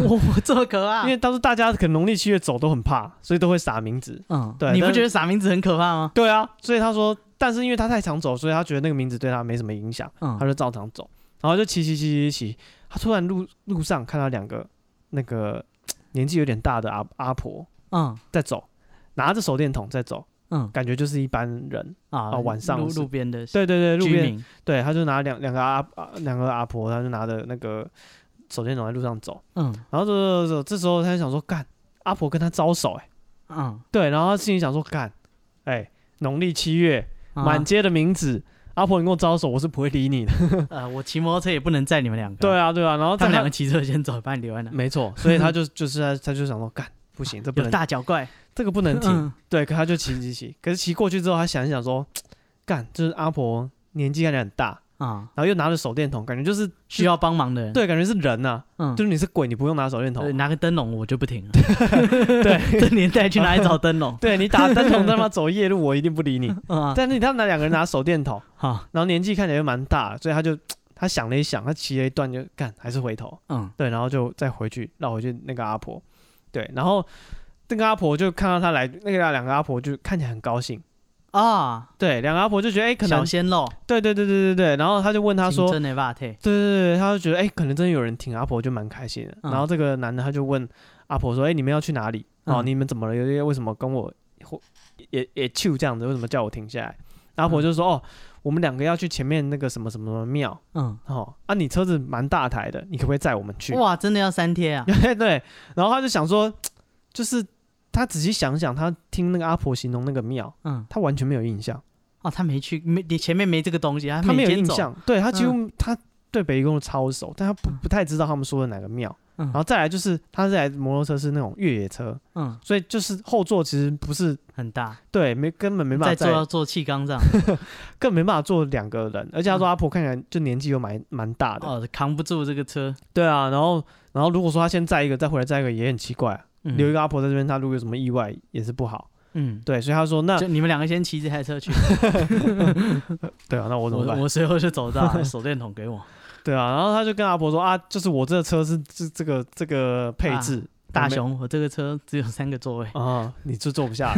S2: 我 我这么可怕？
S1: 因为当时大家可能农历七月走都很怕，所以都会撒名字。
S2: 嗯，
S1: 对
S2: 你不
S1: 但是
S2: 觉得傻名字很可怕吗？
S1: 对啊，所以他说，但是因为他太常走，所以他觉得那个名字对他没什么影响，
S2: 嗯
S1: 他就照常走，然后就骑骑骑骑骑，他突然路路上看到两个那个年纪有点大的阿阿婆
S2: 嗯
S1: 在走，拿着手电筒在走，
S2: 嗯
S1: 感觉就是一般人。
S2: 啊
S1: 啊晚上
S2: 路
S1: 是
S2: 路边的
S1: 对对对，路
S2: 居
S1: 边
S2: 民，
S1: 对，他就拿两两个阿啊两个阿婆，他就拿着那个手电筒在路上走，
S2: 嗯
S1: 然后走走走走，这时候他就想说，干，阿婆跟他招手、欸，哎，
S2: 嗯，
S1: 对，然后他心里想说，干，哎、农历七月。
S2: 啊
S1: 满街的名字。阿婆，你跟我招手，我是不会理你的。
S2: 呃，我骑摩托车也不能载你们两个，
S1: 对，啊，对啊，然后
S2: 他们
S1: 在
S2: 两个骑车先走，把你留在那。
S1: 没错，所以他 就就是他他就想说，干不行，这不
S2: 有
S1: 能
S2: 大脚怪，
S1: 这个不 能停。
S2: 嗯
S1: 对，可他就骑骑骑，可是骑过去之后，他想一想说，干，就是阿婆年纪看起来很大，
S2: 啊，
S1: 然后又拿着手电筒，感觉就是
S2: 需要帮忙的人，
S1: 对，感觉是人呐，
S2: 嗯
S1: 就是你是鬼，你不用拿手电
S2: 呃
S1: 筒。
S2: 拿个灯笼我就不停了。
S1: 对，
S2: 这年代去哪里找 灯笼
S1: 对你打灯筒他妈走夜路，我一定不理 你。
S2: 啊？
S1: 但是你他们两个人拿手电筒，
S2: 好，
S1: 然后年纪看起来又蛮大，所以他就他想了一想，他骑了一段就干，还是回头。
S2: 嗯
S1: 对，然后就再回去绕回去那个阿婆，对，然后那个阿婆就看到他来，那个两个阿婆就看起来很高兴，
S2: 啊，
S1: 对，两个阿婆就觉得哎、可能
S2: 小鲜肉，
S1: 对对对对对对，然后他就问他说，对
S2: 真的吧？对，
S1: 对对，他就觉得哎、可能真的有人挺阿婆就蛮开心的，
S2: 嗯
S1: 然后这个男的他就问阿婆说，哎、你们要去哪里？哦，
S2: 嗯
S1: 你们怎么了？有为什么跟我或也也去这样子？为什么叫我停下来？阿婆就说，哦，我们两个要去前面那个什么什么什么庙，
S2: 嗯，
S1: 哦，啊，你车子蛮大台的，你可不可以载我们去？
S2: 哇，真的要三贴啊？
S1: 对 对，然后他就想说，就是他仔细想想，他听那个阿婆形容那个庙，
S2: 嗯，
S1: 他完全没有印象，
S2: 哦，他没去，没你前面没这个东西，他
S1: 他没
S2: 每
S1: 有
S2: 天
S1: 印
S2: 走，嗯
S1: 象，对他几乎、他对北一公路超熟，但他不不太知道他们说的哪个庙。
S2: 嗯
S1: 然后再来就是他这台摩托车是那种越野车，
S2: 嗯，
S1: 所以就是后座其实不是
S2: 很大，
S1: 对没根本没办法
S2: 再做要
S1: 载，
S2: 做气 缸这样，
S1: 更没办法坐两个人，而且他说阿婆看起来就年纪又蛮蛮大的，
S2: 嗯哦，扛不住这个车，
S1: 对啊，然后然后如果说他先载一个再回来载一个也很奇怪啊、
S2: 嗯
S1: 留一个阿婆在这边，他如果有什么意外也是不好，
S2: 嗯，
S1: 对，所以他说那
S2: 就你们两个先骑这台车去，
S1: 对啊，那我怎么办？
S2: 我我随后就 走到手电筒给我，
S1: 对啊，然后他就跟阿婆说啊，就是我这个车是这这个这个配置、
S2: 啊大熊，我这个车只有三个座 位，
S1: 啊，你就坐不 下。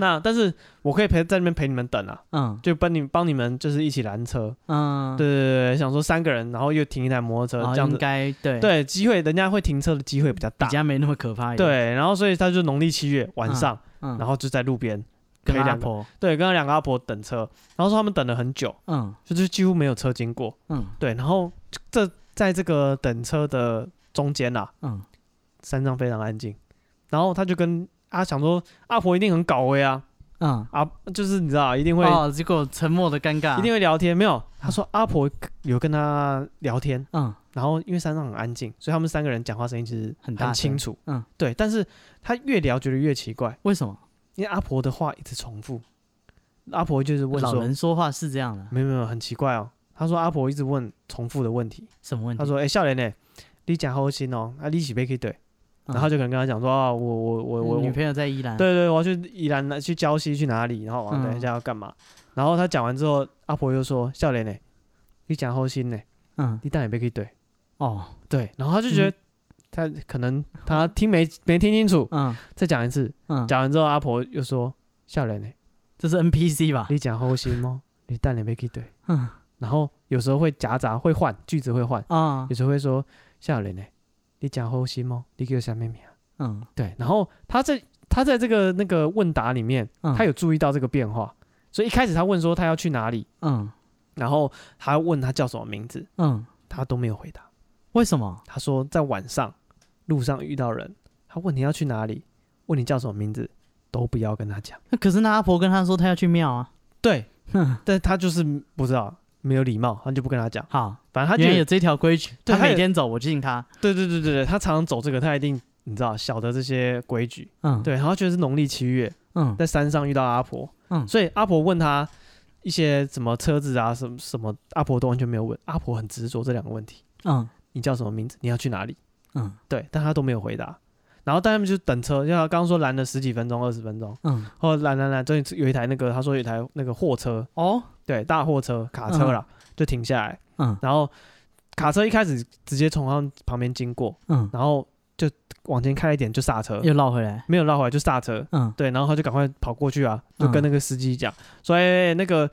S1: 那但是我可以陪在那边陪你们等啊，
S2: 嗯
S1: 就帮你帮你们就是一起拦车。
S2: 嗯，
S1: 对，对对对，想说三个人，然后又停一台摩托车、
S2: 啊，
S1: 这样
S2: 应
S1: 子，
S2: 该对，
S1: 对，机会人家会停车的机会比较
S2: 比
S1: 大。
S2: 较没那么可怕一点，
S1: 对，然后所以他就农历七月晚上，
S2: 嗯，
S1: 然后就在路边，
S2: 跟
S1: 陪
S2: 阿
S1: 两个
S2: 婆，
S1: 对，跟两个阿婆等车，然后说他们等了很久，
S2: 嗯
S1: 就是几乎没有车经过。
S2: 嗯
S1: 对，然后这在这个等车的中间啊，
S2: 嗯，
S1: 山上非常安静，然后他就跟阿想说，阿婆一定很搞威啊，
S2: 嗯，
S1: 啊，就是你知道，一定会、
S2: 哦，结果沉默的尴尬，
S1: 一定会聊天，没有？他说阿婆有跟他聊天，
S2: 嗯
S1: 然后因为山上很安静，所以他们三个人讲话声音其实
S2: 很大声
S1: 清楚，
S2: 嗯，
S1: 对。但是他越聊觉得越奇怪，
S2: 为什么？
S1: 因为阿婆的话一直重复，阿婆就是问
S2: 老
S1: 说，
S2: 人说话是这样的，
S1: 没有没有，很奇怪哦。他说阿婆一直问重复的问题，
S2: 什么问题？
S1: 他说哎，笑脸呢？你讲好心哦，啊，你是被去对，
S2: 嗯
S1: 然后他就可能跟他讲说啊，我我我我
S2: 女
S1: 我
S2: 朋友在宜兰，，
S1: 对对，我要去宜兰那去礁溪去哪里，然后我啊
S2: 嗯
S1: 等一下要干嘛。然后他讲完之后，阿婆又说：“笑脸呢，你讲后心呢，
S2: 嗯，
S1: 你当然别可以对
S2: 哦，
S1: 对。”然后他就觉得他可能他听没没听清楚，
S2: 嗯
S1: 再讲一次。
S2: 嗯，
S1: 讲完之后，阿婆又说：“笑脸呢，
S2: 这是 NPC 吧？
S1: 你讲后心吗？你当然别可以对。
S2: 嗯”
S1: 然后有时候会夹杂，会换句子会换，
S2: 啊
S1: 有，时候会说：“笑脸呢，你讲后心吗？你给我下面面。
S2: 嗯”
S1: 对，然后他在他在这个那个问答里面，
S2: 嗯，
S1: 他有注意到这个变化，所以一开始他问说他要去哪里，
S2: 嗯
S1: 然后他问他叫什么名字，
S2: 嗯，
S1: 他都没有回答。
S2: 为什么？
S1: 他说在晚上路上遇到人，他问你要去哪里，问你叫什么名字，都不要跟他讲。
S2: 那可是那阿婆跟他说他要去庙啊，
S1: 对，
S2: 哼，
S1: 但他就是不知道没有礼貌，他就不跟他讲。
S2: 好，
S1: 反正他就
S2: 原来有这条规矩，
S1: 对
S2: 他
S1: 他有
S2: 每天走，我敬他，
S1: 对对对对对，他常常走这个，他一定你知道晓得这些规矩。
S2: 嗯，，
S1: 对，然后就是农历七月
S2: 嗯
S1: 在山上遇到阿婆，
S2: 嗯
S1: 所以阿婆问他一些什么车子啊，什么什么，阿婆都完全没有问。阿婆很执着这两个问题。
S2: 嗯
S1: 你叫什么名字？你要去哪里？
S2: 嗯
S1: 对，但他都没有回答。然后但他们就等车，因为他刚刚说拦了十几分钟、二十分钟，
S2: 嗯，
S1: 后来拦拦拦，终于有一台那个他说有一台那个货车，
S2: 哦，
S1: 对，大货车卡车啦，就停下来。
S2: 嗯
S1: 然后卡车一开始直接从他们旁边经过，
S2: 嗯，
S1: 然后就往前开一点就刹车，
S2: 又绕回来，
S1: 没有绕回来就刹车。
S2: 嗯
S1: 对，然后他就赶快跑过去啊，就跟那个司机讲，说哎、哎哎那个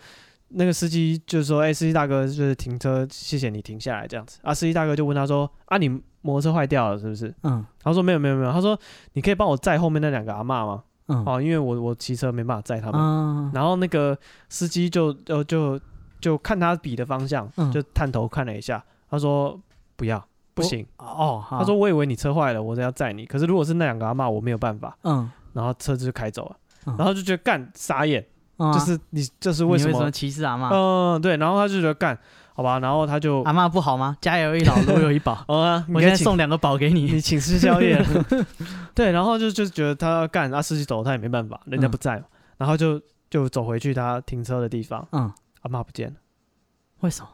S1: 那个司机就说，哎、司机大哥，就是停车，谢谢你停下来这样子。啊，司机大哥就问他说，啊，你摩托车坏掉了是不是？
S2: 嗯
S1: 他说没有没有没有，他说你可以帮我载后面那两个阿嬷吗？
S2: 嗯，
S1: 哦，因为我我骑车没办法载他们。
S2: 嗯，
S1: 然后那个司机就就就就看他比的方向，
S2: 嗯
S1: 就探头看了一下，他说不要，不行。
S2: 哦，好
S1: 他说，我以为你车坏了，我要载你，可是如果是那两个阿嬷，我没有办法。
S2: 嗯，
S1: 然后车子就开走了，
S2: 嗯
S1: 然后就觉得干傻眼，
S2: 嗯啊
S1: 就是你这是
S2: 你
S1: 为
S2: 为哦
S1: 什么？
S2: 歧视阿妈？
S1: 嗯，对，然后他就觉得干好吧，然后他就，
S2: 阿妈不好吗？家有一老，如有一宝
S1: 哦啊，
S2: 啊 我
S1: 你
S2: 现
S1: 可
S2: 在
S1: 以请
S2: 送两个宝给你
S1: 你。请吃宵夜了，对，然后就就觉得他要干，他司机走，他也没办
S2: 嗯
S1: 法，人家不在嘛，然后就就走回去他停车的地方，
S2: 嗯，
S1: 阿妈不见了，
S2: 为什么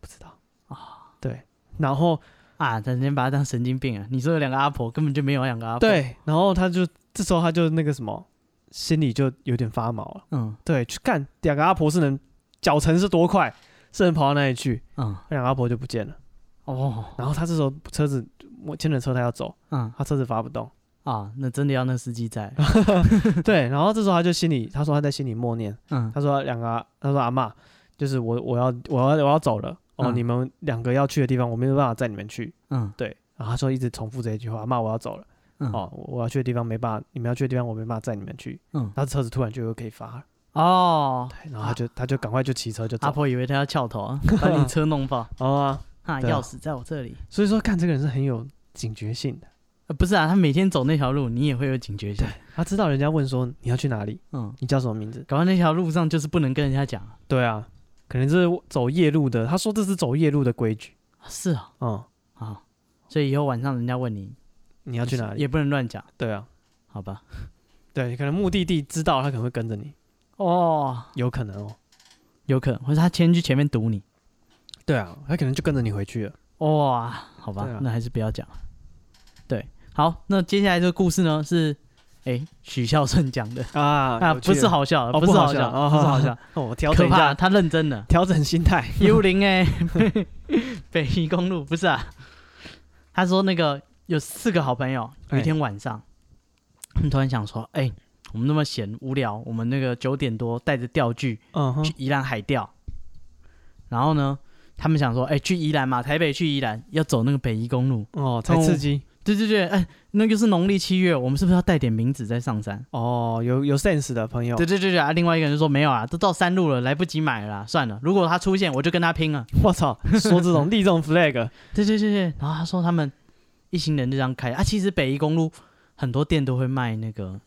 S1: 不知道啊，对，然后
S2: 啊？整天把他当神经病啊！你说有两个阿婆，根本就没有两个阿婆。，
S1: 对，然后他就这时候他就那个什么，心里就有点发毛了，
S2: 嗯
S1: 对，去干两个阿婆是能脚程是多快，是能跑到哪里去，
S2: 嗯，
S1: 那两个阿婆就不见了，
S2: 哦，
S1: 然后他这时候车子我牵着车他要走，
S2: 嗯
S1: 他车子发不 动，
S2: 啊，那真的要那司机在。
S1: 对，然后这时候他就心里他说他在心里默念。
S2: 嗯
S1: 他说两个啊，他说阿嬷，就是我我要我要我要走了哦，
S2: 嗯
S1: 你们两个要去的地方我没有办法载你们去，
S2: 嗯
S1: 对，然后他说一直重复这一句话，阿嬷我要走了，
S2: 嗯
S1: 哦，我我要去的地方没办法，你们要去的地方我没办法载你们去，
S2: 嗯，
S1: 然后车子突然就又可以发了，
S2: 哦，
S1: 对，然后他就他就赶快就骑车就
S2: 阿
S1: 走，
S2: 婆以为他要翘头啊，把你车弄爆
S1: 哦啊，
S2: 啊！
S1: 对啊
S2: 钥匙在我这里。
S1: 所以说看这个人是很有警觉性的，
S2: 呃不是啊，他每天走那条路，你也会有警觉性。
S1: 他知道人家问说你要去哪里，
S2: 嗯，
S1: 你叫什么名字，
S2: 搞到那条路上就是不能跟人家讲啊。
S1: 对啊，可能是走夜路的，他说这是走夜路的规矩，
S2: 是啊，
S1: 嗯，
S2: 啊，所以以后晚上人家问你
S1: 你要去哪里，
S2: 也不能乱讲，
S1: 对啊，
S2: 好吧？
S1: 对，可能目的地知道他可能会跟着你。
S2: 哦，
S1: 有可能哦。
S2: 有可能，或者他先去前面堵你。
S1: 对啊，他可能就跟着你回去了。
S2: 哇，好吧，
S1: 对啊
S2: 那还是不要讲。对，好，那接下来这个故事呢是，哎、许孝顺讲的
S1: 啊
S2: 啊，不是，好笑，
S1: 哦，
S2: 不是
S1: 好
S2: 好笑，
S1: 哦
S2: 不是好笑，。
S1: 哦我调整
S2: 可
S1: 一
S2: 怕，
S1: 下，。
S2: 他认真的
S1: 调整心态。
S2: 幽灵哎、 北北宜公路不是啊？他说那个有四个好朋友，有一天晚上，他们突然想说，哎、我们那么闲无聊，我们那个九点多带着钓具
S1: 嗯
S2: 去
S1: 哼，
S2: 宜兰海钓。然后呢，他们想说，哎、去宜兰嘛，台北去宜兰要走那个北宜公路。
S1: 哦，才刺激。
S2: 对对对，哎、那个是农历七月，我们是不是要带点名字再上山？
S1: 哦，有有 sense 的朋友
S2: 对，对对对啊！另外一个人就说没有啊，都到山路了，来不及买了啦算了。如果他出现，我就跟他拼了。
S1: 我 操，说这种立这种 flag，
S2: 对对对对，然后他说他们一行人就这样开啊。其实北宜公路很多店都会卖那个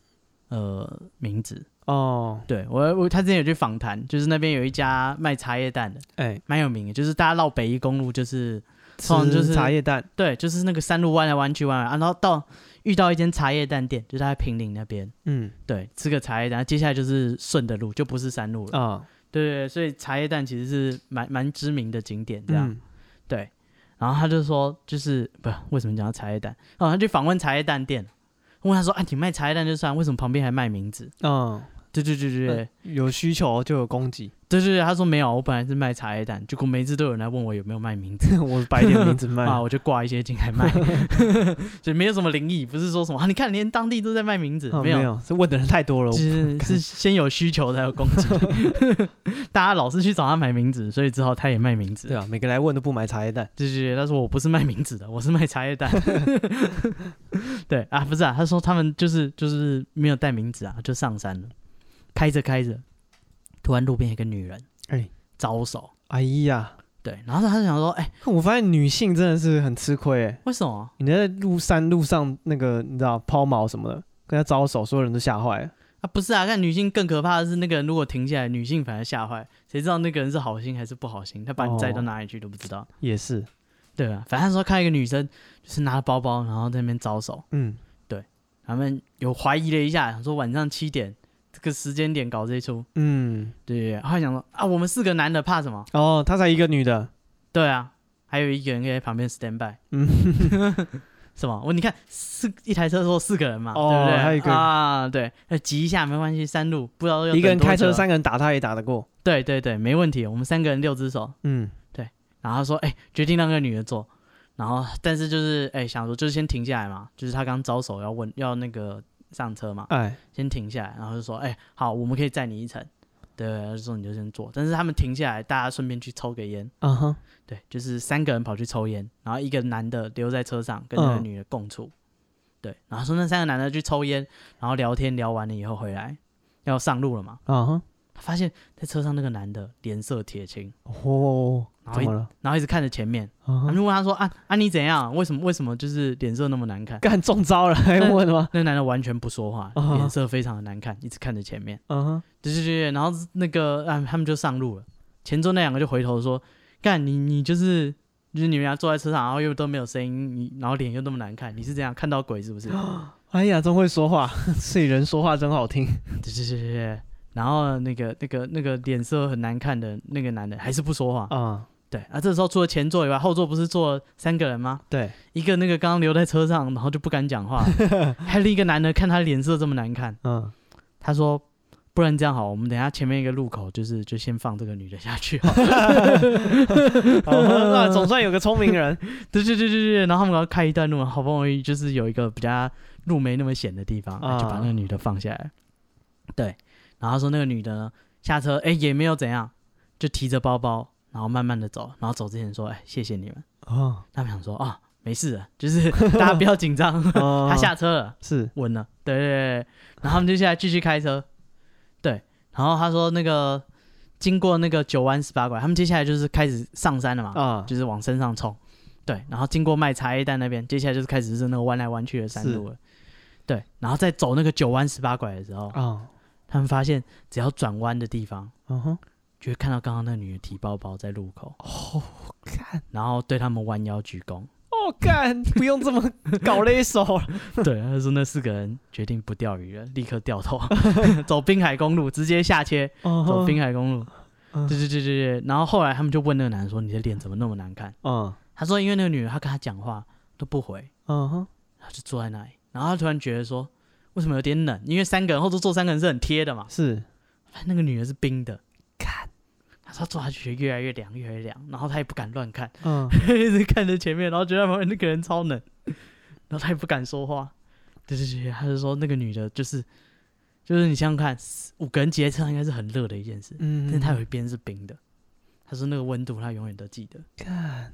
S2: 呃名字。
S1: 哦，
S2: 对我我他之前有去访谈，就是那边有一家卖茶叶蛋的，
S1: 哎，
S2: 蛮有名的，就是大家绕北宜公路就是
S1: 吃
S2: 通常就是
S1: 茶叶蛋，
S2: 对，就是那个山路弯来弯去弯来，啊、然后到遇到一间茶叶蛋店，就是在平岭那边，
S1: 嗯
S2: 对，吃个茶叶蛋，接下来就是顺的路，就不是山路了。
S1: 啊，
S2: 对对对，所以茶叶蛋其实是蛮蛮知名的景点这样。
S1: 嗯，
S2: 对，然后他就说，就是不为什么讲到茶叶蛋？哦，他去访问茶叶蛋店，问他说：“啊，你卖茶叶蛋就算，为什么旁边还卖名字
S1: 嗯，？”呃
S2: 对对对对对，
S1: 有需求就有供给，
S2: 对对对，他说没有，我本来是卖茶叶蛋，结果每一次都有人来问我有没有卖名 字
S1: 我摆点名字 卖。
S2: 啊，我就挂一些进来卖， 所以没有什么灵异，不是说什么、啊、你看连当地都在卖名字，
S1: 嗯
S2: 没
S1: 没
S2: 有，
S1: 有，是问的人太多了
S2: 就。是是先有需求才有供给， 大家老是去找他买名字，所以只好他也卖名字。
S1: 对啊，每个来问都不买茶叶蛋。
S2: 对对对，他说我不是卖名字的，我是卖茶叶蛋。 对啊，不是啊，他说他们就是就是没有带名字啊，就上山了，开着开着，突然路边有一个女人，
S1: 哎
S2: 招手，
S1: 哎呀，
S2: 对，然后他就想说，哎、
S1: 我发现女性真的是很吃亏哎。
S2: 为什么？
S1: 你在路山路上那个你知道抛锚什么的，跟他招手，所有人都吓坏了。
S2: 啊，不是啊，看女性更可怕的是，那个人如果停下来，女性反而吓坏，谁知道那个人是好心还是不好心？他把你载到哪里去都不知道。
S1: 也是，
S2: 对啊，反正他说看到一个女生就是拿了包包，然后在那边招手，
S1: 嗯，
S2: 他们有怀疑了一下，想说晚上七点这个时间点搞这一出，
S1: 嗯，
S2: 对，然后他想说啊，我们四个男的怕什么？
S1: 哦，她才一个女的，
S2: 对啊，还有一个人可以在旁边 stand by。
S1: 嗯
S2: 嗯， 什么？我你看四一台车坐四个人嘛，
S1: 哦
S2: 对不对？
S1: 还有一个
S2: 啊，对，那挤一下没关系，山路不知道要
S1: 一个人
S2: 等多
S1: 开
S2: 久啊
S1: 车，三个人打她也打得过，
S2: 对对对，没问题，我们三个人六只手。
S1: 嗯，
S2: 然后他说，哎、决定让那个女的坐。然后，但是就是，哎、想说就是先停下来嘛，就是他刚招手要问要那个上车嘛，
S1: 哎，
S2: 先停下来，然后就说，哎、好，我们可以载你一程。对，他就说你就先坐，但是他们停下来，大家顺便去抽个烟。
S1: 啊哈，
S2: 对，就是三个人跑去抽烟，然后一个男的留在车上跟那个
S1: 嗯
S2: 女的共处。对，然后说那三个男的去抽烟，然后聊天，聊完了以后回来要上路了嘛，
S1: 啊哈，
S2: 发现在车上那个男的脸色铁青，
S1: 哦，
S2: 然后
S1: 怎
S2: 一
S1: 么了？
S2: 然后一直看着前面，
S1: 啊
S2: 他们
S1: 哈
S2: 就问他说啊啊你怎样？为什么为什么就是脸色那么难看？
S1: 干中招了还问 吗？
S2: 那个男的完全不说话，
S1: 啊
S2: 脸色非常的难看，一直看着前面。
S1: 啊哈，
S2: 对对对，对然后那个啊他们就上路了，前座那两个就回头说干你你就是。就是你们俩坐在车上，然后又都没有声音，你然后脸又那么难看，你是这样看到鬼是不是？
S1: 哎呀，真会说话， 自己人说话真好听。
S2: 对对对对对。然后那个那个那个脸色很难看的那个男的还是不说话。
S1: 啊，
S2: 对啊，这时候除了前座以外，后座不是坐三个人吗？
S1: 对，
S2: 一个那个刚刚留在车上，然后就不敢讲话，还有另一个男的看他脸色这么难看，
S1: 嗯，
S2: 他说。不然这样好，我们等一下前面一个路口，就是就先放这个女的下去好了。
S1: 好那总算有个聪明人。
S2: 对对对对对，然后他们要开一段路，好不容易就是有一个比较路没那么险的地方，哎
S1: 啊
S2: 就把那个女的放下来。对，然后他说那个女的呢下车，哎也没有怎样，就提着包包，然后慢慢的走，然后走之前说，哎谢谢你们。
S1: 啊，
S2: 他们想说啊没事了，就是大家不要紧张， 他
S1: 他
S2: 下车了，
S1: 啊是
S2: 稳了，对对对，对然后他们就下来继续开车，对，然后他说那个经过那个九弯十八拐，他们接下来就是开始上山了嘛，
S1: 啊，
S2: 就是往山上冲，对，然后经过卖茶叶蛋那边，接下来就是开始是那个弯来弯去的山路了，对，然后再走那个九弯十八拐的时候，
S1: 啊，
S2: 他们发现只要转弯的地方，
S1: 嗯哼，
S2: 就会看到刚刚那女的提包包在路口，
S1: 干，
S2: 然后对他们弯腰鞠躬，
S1: 哦干， 不用这么搞勒手了。
S2: 对，他说那四个人决定不钓鱼了，立刻掉头，走滨海公路，直接下切走
S1: 哦
S2: 滨海公路，
S1: 嗯
S2: 对对对对对，然后后来他们就问那个男的说你的脸怎么那么难看？
S1: 嗯
S2: 他说因为那个女的她跟他讲话都不回。
S1: 嗯哼，
S2: 然后就坐在那里，然后他突然觉得说，为什么有点冷？因为三个人后座坐三个人是很贴的嘛，
S1: 是
S2: 那个女的是冰的，看，他说坐下去越来越凉，越来越凉，然后他也不敢乱看，
S1: 嗯
S2: 一直看着前面，然后觉得旁边那个人超冷， 然后他也不敢说话，对对对，他就说那个女的就是，就是你想想看，五个人挤在车上应该是很热的一件事，但是
S1: 嗯，
S2: 他有一边是冰的，他说那个温度他永远都记得，
S1: 干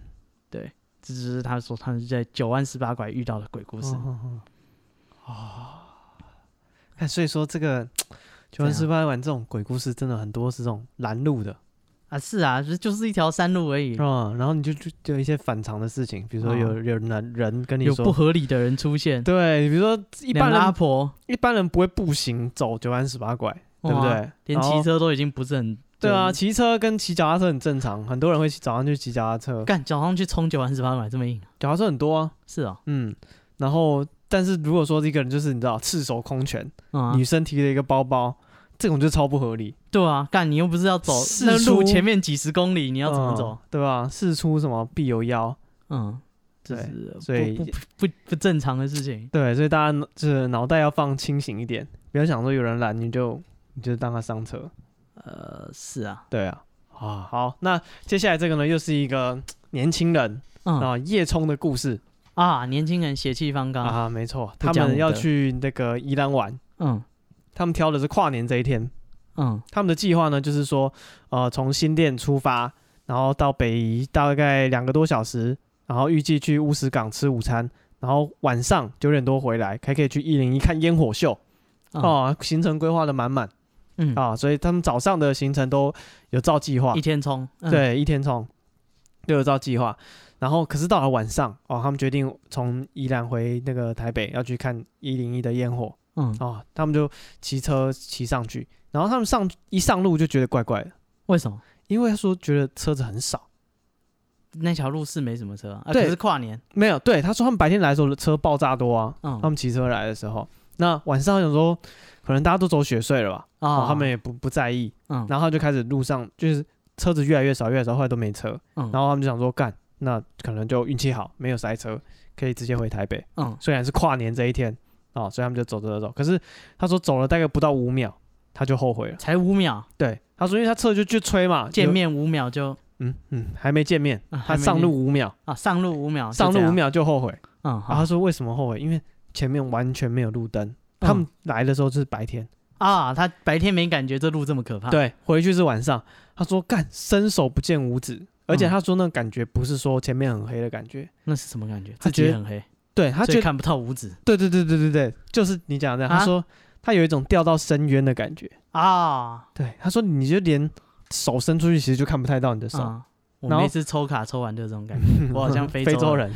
S2: 这就是他说他们在九弯十八拐遇到的鬼故事。
S1: 哦哦哦看，所以说这个九万四
S2: 怎
S1: 八晚这种鬼故事真的很多是这种拦路的，
S2: 啊，是啊，就就是一条山路而已，
S1: 嗯，然后你就就就有一些反常的事情，比如说有
S2: 哦
S1: 有人人跟你
S2: 有不
S1: 说，
S2: 合理的人出现，
S1: 对，比如说一
S2: 两
S1: 般
S2: 个阿
S1: 人
S2: 婆，
S1: 一般人不会步行走九弯十八拐，对不
S2: 哇？
S1: 对？
S2: 连
S1: 然后
S2: 骑车都已经不是很
S1: 对啊，
S2: 就
S1: 骑车跟骑脚踏车很正常，很多人会骑早上去骑脚踏车，
S2: 干脚上去冲九万十八买这么硬，
S1: 脚踏车很多啊，
S2: 是哦，
S1: 嗯，然后但是如果说一个人就是你知道赤手空拳，
S2: 嗯啊
S1: 女，生提了一个包包，这种就超不合理。
S2: 对啊，干你又不是要走
S1: 四
S2: 那路
S1: 叔
S2: 前面几十公里，你
S1: 你
S2: 要怎么走？？
S1: 对吧？事出什么必有妖，
S2: 嗯，这
S1: 对
S2: 是不
S1: 所以
S2: 不不不不正常的事情。
S1: 对，所以大家就是脑袋要放清醒一点，不要想说有人拦你就你就当他上车。
S2: 呃，是啊，
S1: 对啊，啊好，那接下来这个呢，又是一个年轻人
S2: 嗯
S1: 啊夜冲的故事
S2: 啊，年轻人血气方刚，
S1: 啊，没错，
S2: 不
S1: 他
S2: 讲
S1: 们
S2: 武
S1: 要
S2: 德
S1: 去那个宜兰玩，
S2: 嗯
S1: 他们挑的是跨年这一天。
S2: 嗯
S1: 他们的计划呢，就是说，呃，从新店出发，然后到北宜大概两个多小时，然后预计去乌石港吃午餐，然后晚上九点多回来，还可以去一零一看烟火秀。
S2: 嗯
S1: 哦，行程规划的满满
S2: 嗯，
S1: 啊，所以他们早上的行程都有照计划
S2: 一，天冲，嗯，
S1: 对，一天冲都有照计划。然后可是到了晚上哦，他们决定从宜兰回那个台北，要去看一零一的烟火
S2: 嗯，
S1: 哦，他们就骑车骑上去，然后他们上一上路就觉得怪怪的。
S2: 为什么
S1: 因为他说觉得车子很少，
S2: 那条路是没什么车啊？啊
S1: 对
S2: 可是跨年，
S1: 没有对他说他们白天来的时候车爆炸多啊，
S2: 嗯
S1: 他们骑车来的时候，那晚上有时候可能大家都走雪隧了吧，
S2: 啊
S1: 哦，他们也不不在意，
S2: 嗯
S1: 然后就开始路上就是车子越来越少，越来越少，后来都没车，
S2: 嗯
S1: 然后他们就想说干，那可能就运气好，没有塞车，可以直接回台 北，
S2: 嗯
S1: 虽然是跨年这一天哦，所以他们就走走走走，可是他说走了大概不到五秒，他就后悔了，
S2: 才五秒，
S1: 对，他说因为他车就去吹嘛，
S2: 见
S1: 有，
S2: 面五秒就
S1: 嗯嗯，还没见面，
S2: 啊还
S1: 他
S2: 没
S1: 上
S2: 见
S1: 路五秒。
S2: 啊上路五秒，
S1: 上路
S2: 就这
S1: 五
S2: 样，
S1: 秒就后悔。然
S2: 嗯
S1: 后
S2: 好
S1: 他说为什么后悔？因为前面完全没有路灯，
S2: 嗯
S1: 他们来的时候是白天，
S2: 啊，他白天没感觉这路这么可怕，
S1: 对，回去是晚上。他说干伸手不见五指，而且
S2: 嗯
S1: 他说那感觉不是说前面很黑的感觉，
S2: 那是什么感觉？
S1: 他
S2: 自
S1: 觉
S2: 己
S1: 得
S2: 很黑，
S1: 对他觉
S2: 所以
S1: 得
S2: 看不到五指
S1: 对对对对对对，就是你讲的这样，
S2: 啊
S1: 他说他有一种掉到深渊的感觉。
S2: 啊。
S1: 对，他说你就连手伸出去其实就看不太到你的手，
S2: 嗯我
S1: 然后
S2: 每次抽卡抽完就有这种感觉，我好像 非
S1: 非
S2: 洲
S1: 洲人。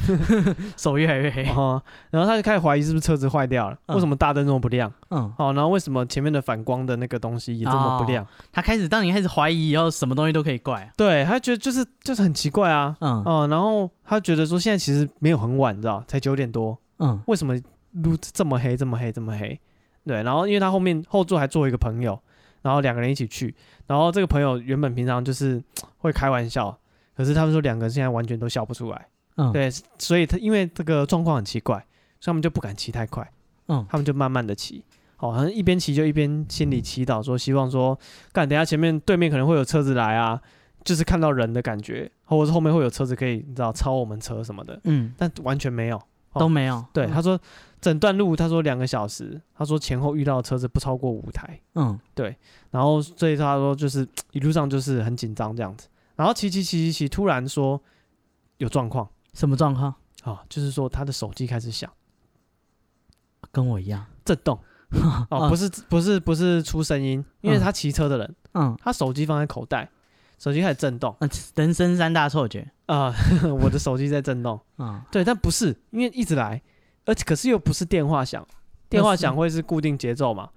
S2: 手越来越黑。
S1: 哦，然后他就开始怀疑是不是车子坏掉了，
S2: 嗯
S1: 为什么大灯这么不亮？
S2: 嗯，
S1: 哦，然后为什么前面的反光的那个东西也这么不
S2: 哦
S1: 亮？
S2: 他开始，当你开始怀疑以后，什么东西都可以怪。啊
S1: 对他觉得就是就是很奇怪啊，
S2: 嗯
S1: 哦、然后他觉得说现在其实没有很晚，你知道，才九点多，
S2: 嗯
S1: 为什么路这么黑，这么黑，这么黑？对，然后因为他后面后座还坐一个朋友，然后两个人一起去，然后这个朋友原本平常就是会开玩笑，可是他们说两个人现在完全都笑不出来，
S2: 嗯，，
S1: 对，所以他因为这个状况很奇怪，所以他们就不敢骑太快，
S2: 嗯
S1: 他们就慢慢的骑。哦，好像一边骑就一边心里祈祷说，希望说，干，等一下前面对面可能会有车子来啊，就是看到人的感觉，或者是后面会有车子可以，你知道超我们车什么的，
S2: 嗯
S1: 但完全没有。
S2: 都没有。
S1: 哦
S2: 嗯
S1: 对，他说整段路，他说两个小时，他说前后遇到的车子不超过五台，
S2: 嗯
S1: 然后所以他说就是一路上就是很紧张这样子，然后骑骑骑骑骑，突然说有状况
S2: 什么状况？
S1: 啊，就是说他的手机开始响
S2: 跟我一样。
S1: 震动。 哦，不
S2: 是，
S1: 是不是不是出声音，因为
S2: 嗯
S1: 他骑车的人，
S2: 嗯，
S1: 他手机放在口袋，手机开始震动
S2: 呃人生三大错觉。
S1: 啊、 我的手机在震动，
S2: 嗯
S1: 对，但不是，因为一直来，而且可是又不是电话响，电话响会是固定节奏嘛，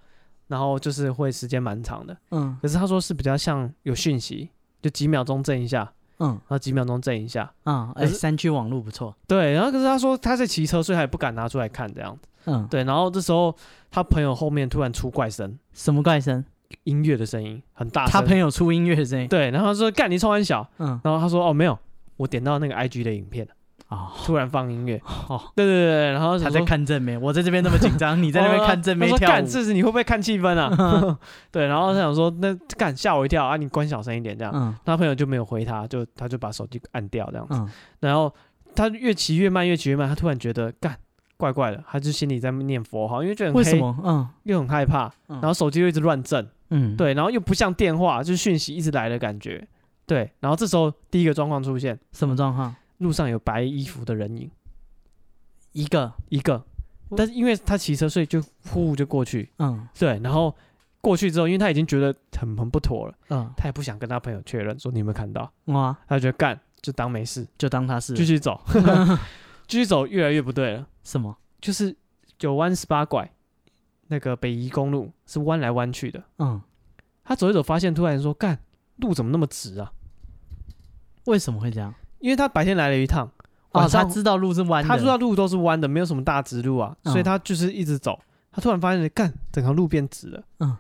S1: 然后就是会时间蛮长的，
S2: 嗯
S1: 可是他说是比较像有讯息，就几秒钟震一下，
S2: 嗯
S1: 然后几秒钟震一下，
S2: 嗯，哎，
S1: 可是
S2: 山区网络不错。
S1: 对，然后可是他说他在骑车，所以他也不敢拿出来看这样子，
S2: 嗯，
S1: 对，然后这时候他朋友后面突然出怪声，
S2: 什么怪声？
S1: 音乐的声音很大
S2: 他
S1: 声，
S2: 朋友出音乐声音。
S1: 对，然后他说干你冲很小。
S2: 嗯
S1: 然后他说：“哦，没有，我点到那个 IG 的影片，
S2: 哦
S1: 突然放音乐。
S2: 哦，
S1: 对”对对对，然后
S2: 他在看正妹，我在这边那么紧 张，你
S1: 你
S2: 在那边看正妹跳
S1: 哦干，
S2: 舞。
S1: 这是你会不会看气氛 啊？对，然后他想说：“那干吓我一跳啊！你关小声一点这样。
S2: 嗯
S1: 他朋友就没有回他，就他就把手机按掉这样。
S2: 嗯
S1: 然后他越骑越慢，越骑越慢，他突然觉得干怪怪的，他就心里在念佛号，因为觉得很
S2: 为什
S1: 黑
S2: 么？嗯
S1: 又很害怕，
S2: 嗯
S1: 然后手机又一直乱震，
S2: 嗯，
S1: 对，然后又不像电话，就是讯息一直来的感觉。对，然后这时候第一个状况出现，
S2: 什么状况？
S1: 路上有白衣服的人影。
S2: 一个，
S1: 一个，
S2: 我
S1: 但是因为他骑车，所以就呼就过去，
S2: 嗯
S1: 对，然后过去之后，因为他已经觉得很很不妥了，
S2: 嗯，
S1: 他也不想跟他朋友确认说你有没有看到，
S2: 哇，
S1: 他就觉得干就当没事，
S2: 就当他是
S1: 继续 走，继续走，越来越不对了，
S2: 什么？
S1: 就是九弯十八拐，那个北宜公路是弯来弯去的，
S2: 嗯，
S1: 他走一走，发现突然说干路怎么那么直啊？
S2: 为什么会这样？
S1: 因为他白天来了一趟，
S2: 哦，
S1: 晚上
S2: 他知道路是弯的，
S1: 他知道路都是弯的，没有什么大直路啊，所以
S2: 嗯
S1: 他就是一直走。他突然发现，干，整条路变直了。
S2: 嗯，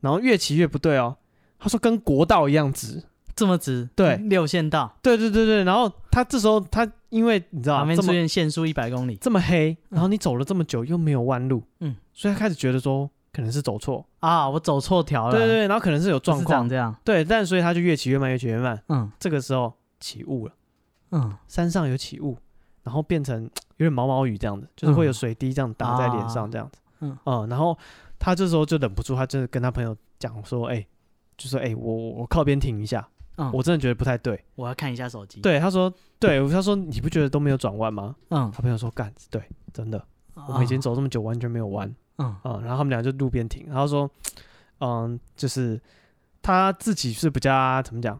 S1: 然后越骑越不对哦。他说跟国道一样直。
S2: 这么直，
S1: 对
S2: 六线道，
S1: 对对对对，然后他这时候他因为你知道啊
S2: 旁边
S1: 这
S2: 出
S1: 么
S2: 现限速一百公里
S1: 这么黑，然后你走了这么久又没有弯路，
S2: 嗯，
S1: 所以他开始觉得说可能是走错，
S2: 啊，我走错条了，
S1: 对对对，然后可能是有
S2: 不
S1: 状
S2: 是长
S1: 况，
S2: 这样，
S1: 对，但所以他就越骑越慢，越骑越慢。
S2: 嗯
S1: 这个时候起雾了，
S2: 嗯，
S1: 山上有起雾，然后变成有点毛毛雨这样子，就是会有
S2: 嗯
S1: 水滴这样打在脸上这样子。
S2: 嗯
S1: 嗯，然后他这时候就忍不住，他就是跟他朋友讲说：“哎、就说哎、我我我靠边停一下，
S2: 嗯
S1: 我真的觉得不太对。
S2: 我要看一下手机，，
S1: 对，他说：“对，他说你不觉得都没有转弯吗？”
S2: 嗯，
S1: 他朋友说：“干，对，真的，我
S2: 我
S1: 们已经，走这么久，完全没有弯。”
S2: 嗯
S1: 啊、然后他们俩就路边停，然后说，嗯，就是他自己是比较怎么讲，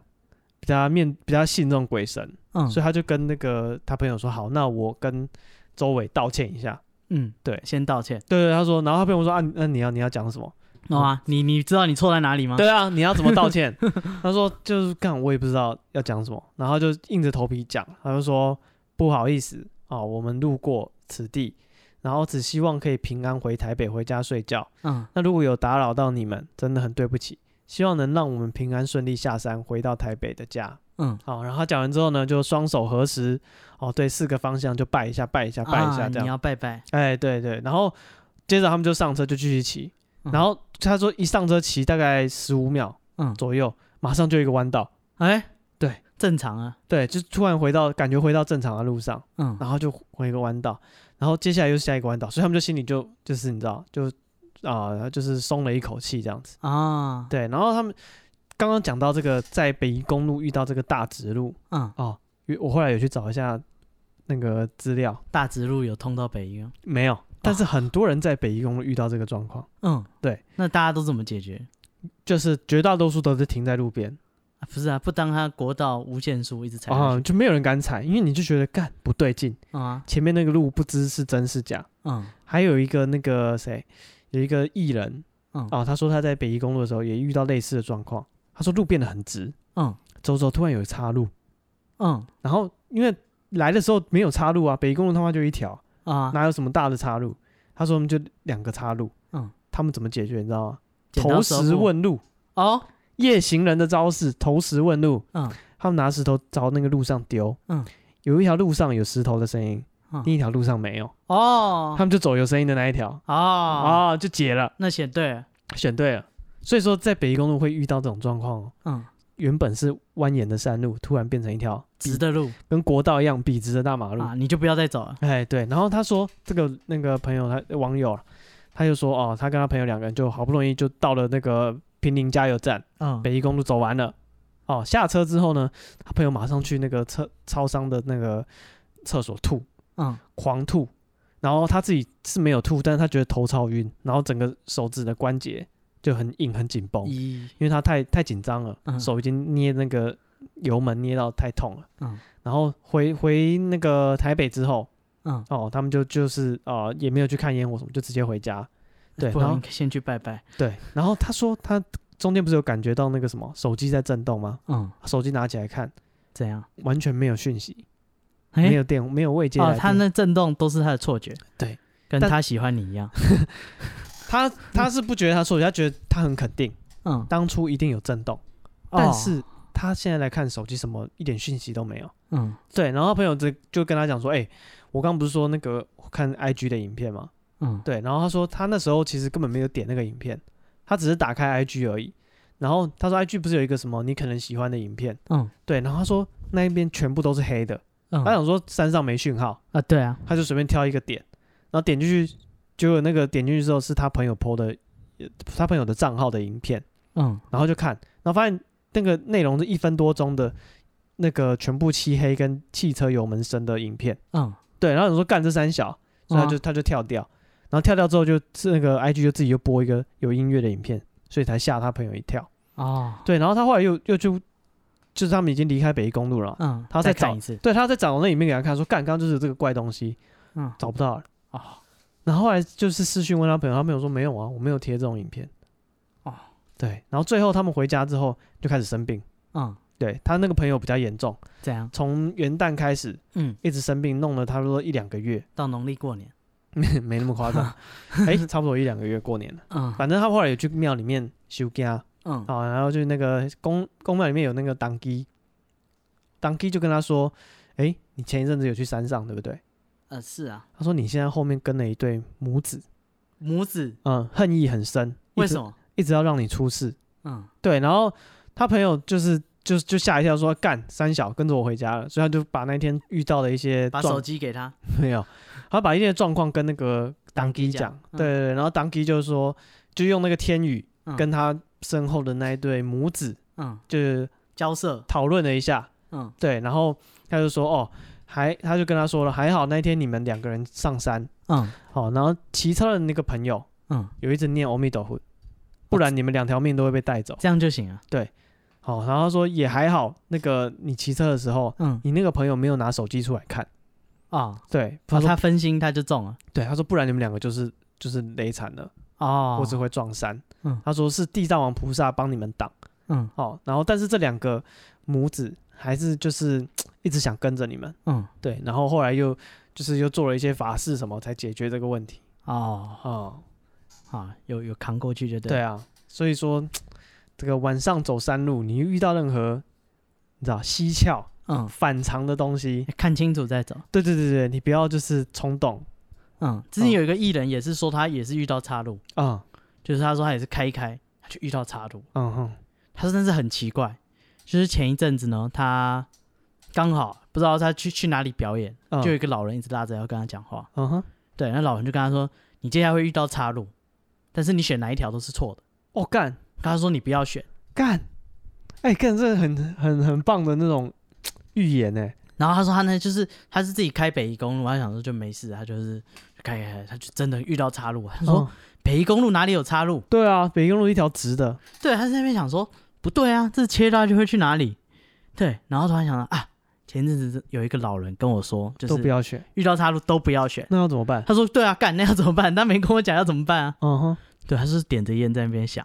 S1: 比较面比较信这种鬼神，
S2: 嗯，
S1: 所以他就跟那个他朋友说，好，那我跟周伟道歉一下。
S2: 嗯，
S1: 对
S2: 先道歉，
S1: 对对，他说，然后他朋友说啊，那你要你要讲什么？
S2: 哦啊，你你知道你错在哪里吗？，
S1: 对啊，你要怎么道歉？他说就是干，我也不知道要讲什么，然后就硬着头皮讲，他就说不好意思啊、我们路过此地，然后只希望可以平安回台北回家睡觉。
S2: 嗯
S1: 那如果有打扰到你们，真的很对不起。希望能让我们平安顺利下山，回到台北的家。
S2: 嗯，
S1: 好、然后他讲完之后呢，就双手合十，哦，对，四个方向就拜一下，拜一下，拜一
S2: 啊
S1: 下，这
S2: 你
S1: 样。
S2: 要拜拜，
S1: 哎，对对，然后接着他们就上车，就继续骑。
S2: 嗯
S1: 然后他说一上车骑大概十五秒
S2: 嗯，
S1: 左右，马上就一个弯道，
S2: 哎，
S1: 对，
S2: 正常啊，
S1: 对，就突然回到感觉回到正常的路上，
S2: 嗯
S1: 然后就回一个弯道，然后接下来又是下一个弯道，所以他们就心里就就是你知道就啊、就是松了一口气这样子。
S2: 啊，
S1: 对，然后他们刚刚讲到这个在北宜公路遇到这个大直路
S2: 嗯，
S1: 哦，因为我后来有去找一下那个资料，
S2: 大直路有通到北一吗
S1: 没有，但
S2: 啊
S1: 是很多人在北宜公路遇到这个状况，
S2: 嗯，
S1: 对，
S2: 那大家都怎么解决？
S1: 就是绝大多数都是停在路边，
S2: 啊不是啊，不当他国道无限速一直踩
S1: 啊、
S2: 下去，
S1: 就没有人敢踩，因为你就觉得干不对劲，
S2: 嗯啊
S1: 前面那个路不知是真是假。
S2: 嗯
S1: 还有一个那个谁，有一个艺人
S2: 嗯
S1: 哦，他说他在北宜公路的时候也遇到类似的状况，他说路变得很直，
S2: 嗯
S1: 走走突然有岔路，
S2: 嗯
S1: 然后因为来的时候没有岔路啊，北宜公路他妈就一条，
S2: 啊，
S1: 哪有什么大的岔路？他说我们就两个岔路，
S2: 嗯，
S1: 他们怎么解决你知道吗？
S2: 剪刀
S1: 投
S2: 石头
S1: 石
S2: 布
S1: 问路，
S2: 哦，
S1: 夜行人的招式，投石问路。
S2: 嗯
S1: 他们拿石头朝那个路上丢，
S2: 嗯，
S1: 有一条路上有石头的声音，
S2: 嗯
S1: 另一条路上没有，
S2: 哦
S1: 他们就走有声音的那一条，
S2: 哦，
S1: 啊，就解了，
S2: 那写对了，
S1: 选对了。所以说，在北宜公路会遇到这种状况哦，
S2: 嗯，
S1: 原本是蜿蜒的山路，突然变成一条
S2: 直的路
S1: 跟国道一样笔直的大马路，
S2: 啊，你就不要再走了，
S1: 哎，对，然后他说这个那个朋友他网友啊，他就说哦，他跟他朋友两个人就好不容易就到了那个平林加油站，
S2: 嗯
S1: 北宜公路走完了，哦，下车之后呢，他朋友马上去那个厕超商的那个厕所吐，
S2: 嗯
S1: 狂吐，然后他自己是没有吐，但是他觉得头超晕，然后整个手指的关节就很硬很紧绷，因
S2: 一
S1: 为他太太紧张了，
S2: 嗯
S1: 手已经捏那个油门捏到太痛了，
S2: 嗯
S1: 然后回回那个台北之后。
S2: 嗯，
S1: 哦，他们就就是呃，也没有去看烟火什么，就直接回家。对
S2: 不
S1: 然
S2: 然
S1: 后
S2: 你先去拜拜，
S1: 对，然后他说他中间不是有感觉到那个什么手机在震动吗？
S2: 嗯，
S1: 手机拿起来看，
S2: 怎样？
S1: 完全没有讯息，
S2: 哎
S1: 没有电，没有未接来
S2: 哦，
S1: 电。
S2: 他那震动都是他的错觉，
S1: 对，
S2: 跟
S1: 但
S2: 他喜欢你一样，
S1: 他他是不觉得他错，他觉得他很肯定，
S2: 嗯，
S1: 当初一定有震动，
S2: 哦
S1: 但是他现在来看手机，什么一点讯息都没有。
S2: 嗯
S1: 对，然后他朋友就就跟他讲说，哎、我刚不是说那个看 IG 的影片吗？
S2: 嗯
S1: 对，然后他说他那时候其实根本没有点那个影片，他只是打开 IG 而已。然后他说 IG 不是有一个什么你可能喜欢的影片，
S2: 嗯
S1: 对，然后他说那一边全部都是黑的，他
S2: 嗯
S1: 想说山上没讯号，
S2: 啊，对啊，
S1: 他就随便挑一个点，然后点进去，结果那个点进去之后是他朋友 PO 的，呃他朋友的账号的影片，
S2: 嗯
S1: 然后就看，然后发现那个内容是一分多钟的，那个全部漆黑跟汽车油门声的影片，
S2: 嗯，
S1: 对，然后你说干这三小，所以他就、他就跳掉，然后跳掉之后就是那个 IG 就自己又播一个有音乐的影片，所以才吓他朋友一跳。
S2: 哦，
S1: 对，然后他后来又又就就是他们已经离开北宜公路了嘛，
S2: 嗯，
S1: 他
S2: 再
S1: 再找
S2: 看一次，
S1: 对，他在找那影片给他看，说干，刚刚就是有这个怪东西
S2: 嗯
S1: 找不到了。
S2: 哦
S1: 然后后来就是私讯问他朋友，他朋友说没有啊，我没有贴这种影片。
S2: 哦，
S1: 对，然后最后他们回家之后就开始生病，
S2: 嗯，
S1: 对他那个朋友比较严重，
S2: 怎样？
S1: 从元旦开始
S2: 嗯，
S1: 一直生病，弄了差不多一两个月，
S2: 到农历过年，
S1: 没那么夸张， 哎、差不多一两个月过年了。
S2: 嗯
S1: 反正他后来有去庙里面修家啊，
S2: 嗯
S1: 好然后就那个宫宫庙里面有那个当机，当机就跟他说，哎、你前一阵子有去山上对不对？
S2: 呃，是啊，
S1: 他说你现在后面跟了一对母子，
S2: 母子
S1: 嗯，恨意很深，
S2: 为什
S1: 么
S2: 么？
S1: 一直要让你出事？
S2: 嗯，
S1: 对，然后他朋友就是就就吓一跳说干三小跟着我回家了，所以他就把那天遇到的一些
S2: 把
S1: 状
S2: 手机给他，
S1: 没有，他把一些状况跟那个当机
S2: Donkey
S1: 讲
S2: 讲，
S1: 对对对，然后当机就是说就用那个天宇
S2: 嗯
S1: 跟他身后的那一对母子
S2: 嗯，
S1: 就是
S2: 交涉，
S1: 讨论了一下，
S2: 嗯
S1: 对，然后他就说哦，还他就跟他说了，还好那天你们两个人上山，
S2: 嗯
S1: 好、然后骑车的那个朋友
S2: 嗯，
S1: 有一直念阿弥陀佛，不然你们两条命都会被带走。
S2: 这样就行了，
S1: 好、然后他说也还好，那个你骑车的时候，
S2: 嗯
S1: 你那个朋友没有拿手机出来看，
S2: 哦，
S1: 对，他
S2: 哦
S1: 说、
S2: 他分心他就中了，
S1: 对，他说不然你们两个就是就是累惨了。
S2: 哦，
S1: 或是会撞山。
S2: 嗯
S1: 他说是地藏王菩萨帮你们挡
S2: 嗯
S1: 哦，然后但是这两个母子还是就是一直想跟着你们，
S2: 嗯，
S1: 对，然后后来又就是又做了一些法事什么才解决这个问题
S2: 哦，
S1: 哦，
S2: 好，有有扛过去就对，
S1: 对，啊，所以说这个晚上走山路，你遇到任何你知道蹊跷
S2: 嗯，
S1: 反常的东西，
S2: 看清楚再走，
S1: 对对对对，你不要就是冲动
S2: 嗯，之前有一个艺人也是说他也是遇到岔路，
S1: 啊，
S2: 就是他说他也是开一开，他就遇到岔路，
S1: 嗯哼，
S2: 他真的是很奇怪，就是前一阵子呢，他刚好不知道他去去哪里表演，
S1: 嗯
S2: 就有一个老人一直拉着要跟他讲话，
S1: 嗯哼，
S2: 对，那老人就跟他说，你接下来会遇到岔路，但是你选哪一条都是错的，
S1: 哦干
S2: 跟他说你不要选，
S1: 干，哎干，这很很很棒的那种预言欸呢、
S2: 然后他说他呢就是他是自己开北宜公路，他想说就没事，他就是开开开，他就真的遇到岔路，他说、
S1: 嗯
S2: 北宜公路哪里有岔路？
S1: 对啊，北京路一条直的，
S2: 对，他在那边想说，不对啊，这切到就会去哪里？对，然后突然想到啊，前阵子有一个老人跟我说，就
S1: 都不
S2: 是
S1: 要选，
S2: 遇到岔路都不要选。
S1: 那要怎么办？
S2: 他说对啊，干那要怎么办？他没跟我讲要怎么办啊。
S1: 嗯哼，
S2: 对，他就是点着烟在那边想，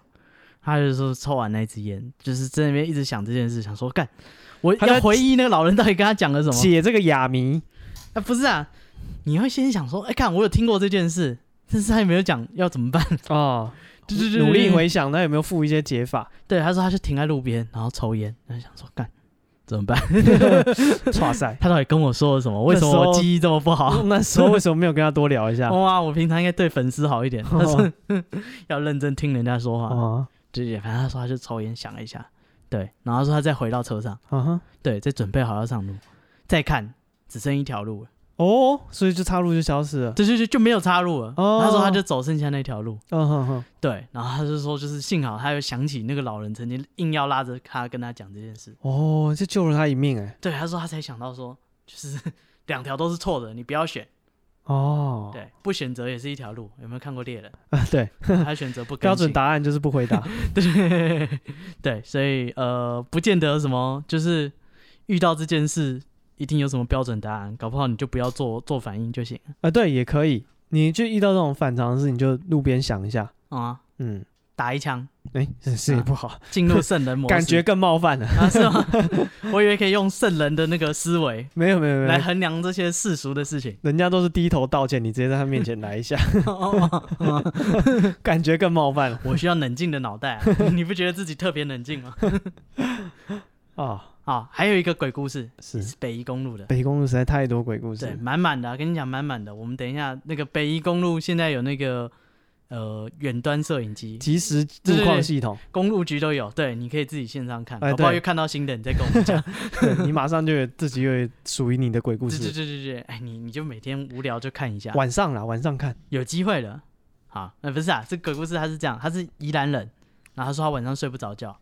S2: 他就说抽完那支烟，就是在那边一直想这件事，想说干，我
S1: 他在
S2: 要回忆那个老人到底跟他讲了什么
S1: 解这个哑谜，
S2: 啊？不是啊，你会先想说，哎，看我有听过这件事，但是他也没有讲要怎么办。
S1: 哦，
S2: 对对对
S1: 努力
S2: 对
S1: 回想，那有没有附一些解 法？
S2: 对，他说他就停在路边，然后抽烟，然后想说干怎么办？
S1: 哇塞，
S2: 他到底跟我说了什么？为什么我记忆这么不好？
S1: 哦那时候为什么没有跟他多聊一 下？
S2: 哇，我平常应该对粉丝好一点，
S1: 嗯
S2: 但是 要认真听人家说 话。
S1: 哦，
S2: 对，反正他说他就抽烟想了一下，对，然后他说他再回到车上，
S1: 嗯哼，
S2: 对，再准备好要上路，再看只剩一条路了，
S1: 哦，所以就岔路就消失了。
S2: 对对对，就没有岔路了。
S1: 哦
S2: 他说他就走剩下那条路，
S1: 嗯哼哼，
S2: 对，然后他就说就是幸好他又想起那个老人曾经硬要拉着他跟他讲这件事，
S1: 哦，这救了他一命哎。
S2: 对，他说他才想到说就是 两条都是错的，你不要选，
S1: 哦，
S2: 对，不选择也是一条路。有没有看过猎人？
S1: 啊对，
S2: 他选择不更
S1: 标准
S2: 新
S1: 答案就是不回 答。
S2: 对对，所以呃，不见得什么，就是遇到这件事一定有什么标准答案，搞不好你就不要做做反应就行了
S1: 啊，对，也可以。你就遇到这种反常的事，你就路边想一下。
S2: 嗯啊，
S1: 嗯，
S2: 打一枪
S1: 哎，这事也不好，
S2: 进入圣人模式，
S1: 感觉更冒犯了。
S2: 啊是吗？ 我以为可以用圣人的那个思维
S1: 没有没有没
S2: 来
S1: 有，
S2: 衡量这些世俗的 事情。
S1: 人家都是低头道歉，你直接在他面前来一 下。感觉更冒犯了
S2: 我需要冷静的脑 袋啊、你不觉得自己特别冷静吗？
S1: 啊！
S2: 啊，还有一个鬼故事
S1: 是
S2: 是北宜公路的。
S1: 北公路实在太多鬼故
S2: 对，
S1: 事，
S2: 满满的啊、跟你讲满满的。我们等一下，那个北宜公路现在有那个呃远端摄影机，
S1: 即时路况系统，
S2: 公路局都有，对，你可以自己线上看，
S1: 哎
S2: 搞不好
S1: 对
S2: 又看到新的，你再跟我们讲。
S1: 对你马上就有自己又有属于你的鬼 故
S2: 对 对
S1: 事。
S2: 对对对，哎，你你就每天无聊就看一下，
S1: 晚上啦，晚上看，
S2: 有机会了。好，呃，不是啊，这鬼故事他是这样，他是宜兰人，然后他说他晚上睡不着觉，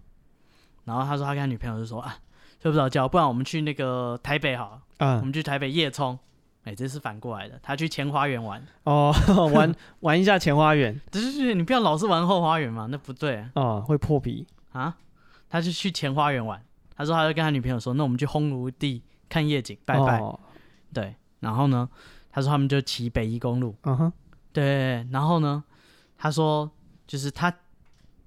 S2: 然后他说他跟他女朋友就说啊睡不着觉，不然我们去那个台北好了，我
S1: 嗯，
S2: 们去台北夜冲，哎，这是反过来的，他去前花园玩。
S1: 哦， 玩玩一下前花园
S2: 对对对，你不要老是玩后花园嘛，那不对啊
S1: 啊，会破皮
S2: 啊。他就去前花园玩，他说他就跟他女朋友说，那我们去烘炉地看夜景，拜拜。
S1: 哦
S2: 对，然后呢，他说他们就骑北宜公路，
S1: 嗯哼，
S2: 对，然后呢，他说就是他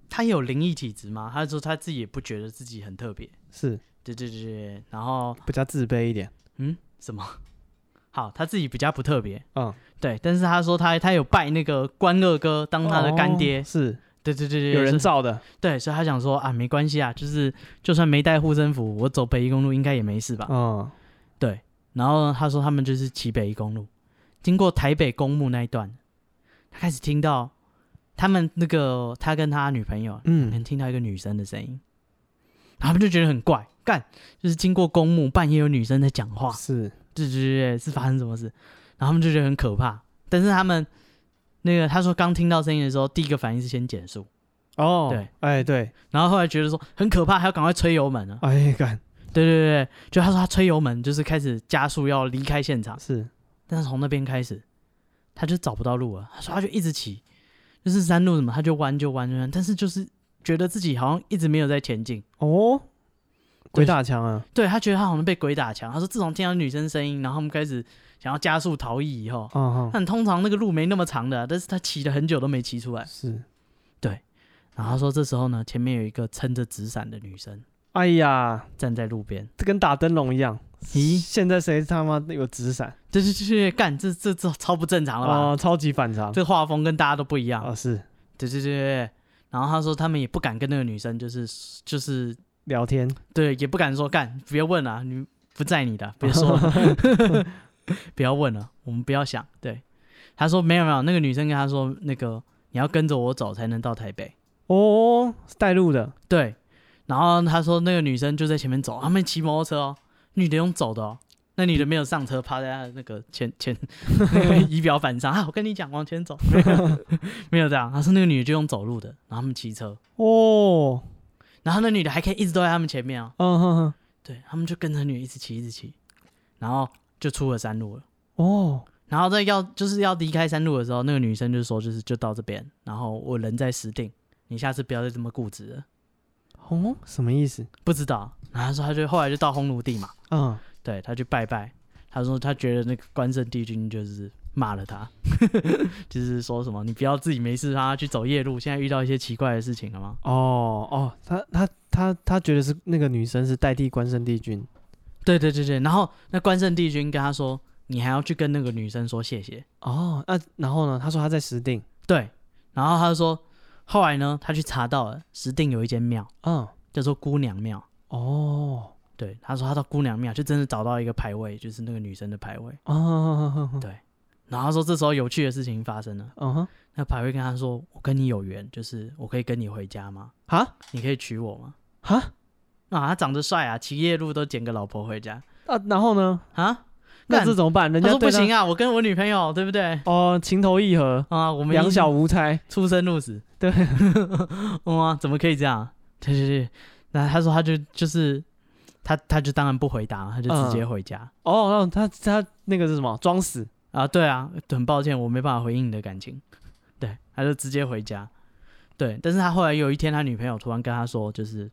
S2: 他有灵异体质吗？他说他自己也不觉得自己很特别，
S1: 是
S2: 对对对对，然后
S1: 比较自卑一点，
S2: 嗯什么？ 好，他自己比较不特别，
S1: 嗯，
S2: 对，但是他说他他有拜那个关二哥当他的干爹，
S1: 哦是
S2: 对对对对，
S1: 有人
S2: 是
S1: 造的，
S2: 对，所以他想说啊，没关系啊，就是就算没带护身符，我走北宜公路应该也没事吧？
S1: 嗯，
S2: 对，然后他说他们就是骑北宜公路，经过台北公墓那一段，他开始听到他们那个他跟他女朋友能
S1: 嗯，
S2: 听到一个女生的声音，然后他们就觉得很怪，干就是经过公墓半夜有女生在讲话，
S1: 是，
S2: 对对对对，是发生什么事？然后他们就觉得很可怕，但是他们那个他说刚听到声音的时候，第一个反应是先减速，
S1: 哦，
S2: 对，
S1: 哎对，
S2: 然后后来觉得说很可怕，还要赶快吹油门啊！
S1: 哎干
S2: 对对对，对就他说他吹油门就是开始加速要离开现场，
S1: 是，
S2: 但是从那边开始他就找不到路了，他说他就一直骑，就是山路什么他就弯就弯就弯，但是就是觉得自己好像一直没有在前进。
S1: 哦，鬼
S2: 对
S1: 打墙啊，
S2: 对他觉得他好像被鬼打墙，他说自从听到女生声音，然后他们开始想要加速逃逸以后，
S1: 嗯哼，
S2: 但通常那个路没那么长的啊、但是他骑了很久都没骑出来。
S1: 是，
S2: 然后他说这时候呢，前面有一个撑着纸伞的女生
S1: 哎呀，
S2: 站在路边，
S1: 这跟打灯笼一样。
S2: 咦
S1: 现在谁他妈有纸伞
S2: 这这这干这这这超不正常了吧？
S1: 啊？超级反常
S2: 这画风跟大家都不一样。
S1: 啊！是
S2: 对对对对。然后他说他们也不敢跟那个女生，就是就是
S1: 聊天，
S2: 对，也不敢说干，别问了、你不在你的，别说了，不要问了，我们不要想。对，他说没有没有，那个女生跟他说那个你要跟着我走才能到台北。
S1: 哦，是带路的，
S2: 对，然后他说那个女生就在前面走，他们骑摩托车哦，女的用走的哦，那女的没有上车，趴在她的那个前前那个仪表板上啊，我跟你讲，往前走，没有没有这样，他说那个女的就用走路的，然后他们骑车，
S1: 哦，
S2: 然后那女的还可以一直都在他们前面哦，
S1: 嗯哼哼，
S2: 对他们就跟着女的一直骑一直骑，然后就出了山路了。
S1: 哦，
S2: 然后在要就是要离开山路的时候，那个女生就说，就是就到这边，然后我人在石定，你下次不要再这么固执了。
S1: 哦，什么意思？
S2: 不知道，然后他说他就后来就到烘炉地嘛，
S1: 嗯，
S2: 对他去拜拜，他说他觉得那个关圣帝君就是骂了他， 就是说什么你不要自己没事让他去走夜路，现在遇到一些奇怪的事情了吗？
S1: 哦哦，他他他他觉得是那个女生是代替关圣帝君，
S2: 对对对对，然后那关圣帝君跟他说，你还要去跟那个女生说谢谢，
S1: 哦，那、然后呢？他说他在石定，
S2: 对，然后他就说，后来呢，他去查到了石定有一间庙
S1: 嗯，
S2: 叫做姑娘庙，
S1: 哦，
S2: 对，他说他到姑娘庙就真的找到一个牌位，就是那个女生的牌位，
S1: 啊，嗯
S2: 然后他说这时候有趣的事情发生了，
S1: 哼，
S2: 那牌位跟他说，我跟你有缘，就是我可以跟你回家吗？
S1: 哈
S2: 你可以娶我吗？
S1: 哈
S2: 啊，他长得帅啊，骑夜路都捡个老婆回家
S1: 啊，然后呢？
S2: 啊？
S1: 那
S2: 干
S1: 这怎么办？人
S2: 他
S1: 家
S2: 说不
S1: 对他
S2: 行啊，我跟我女朋友对不对？
S1: 哦，情投意合，
S2: 啊，我们
S1: 两
S2: 一
S1: 小无猜，
S2: 出生入死，
S1: 对，
S2: 哇、怎么可以这样？对对对，那他说他就就是他他就当然不回答，他就直接回家、
S1: 哦，他他那个是什么？装死，
S2: 啊，对啊，很抱歉，我没办法回应你的感情，对，他就直接回家，对，但是他后来有一天，他女朋友突然跟他说，就是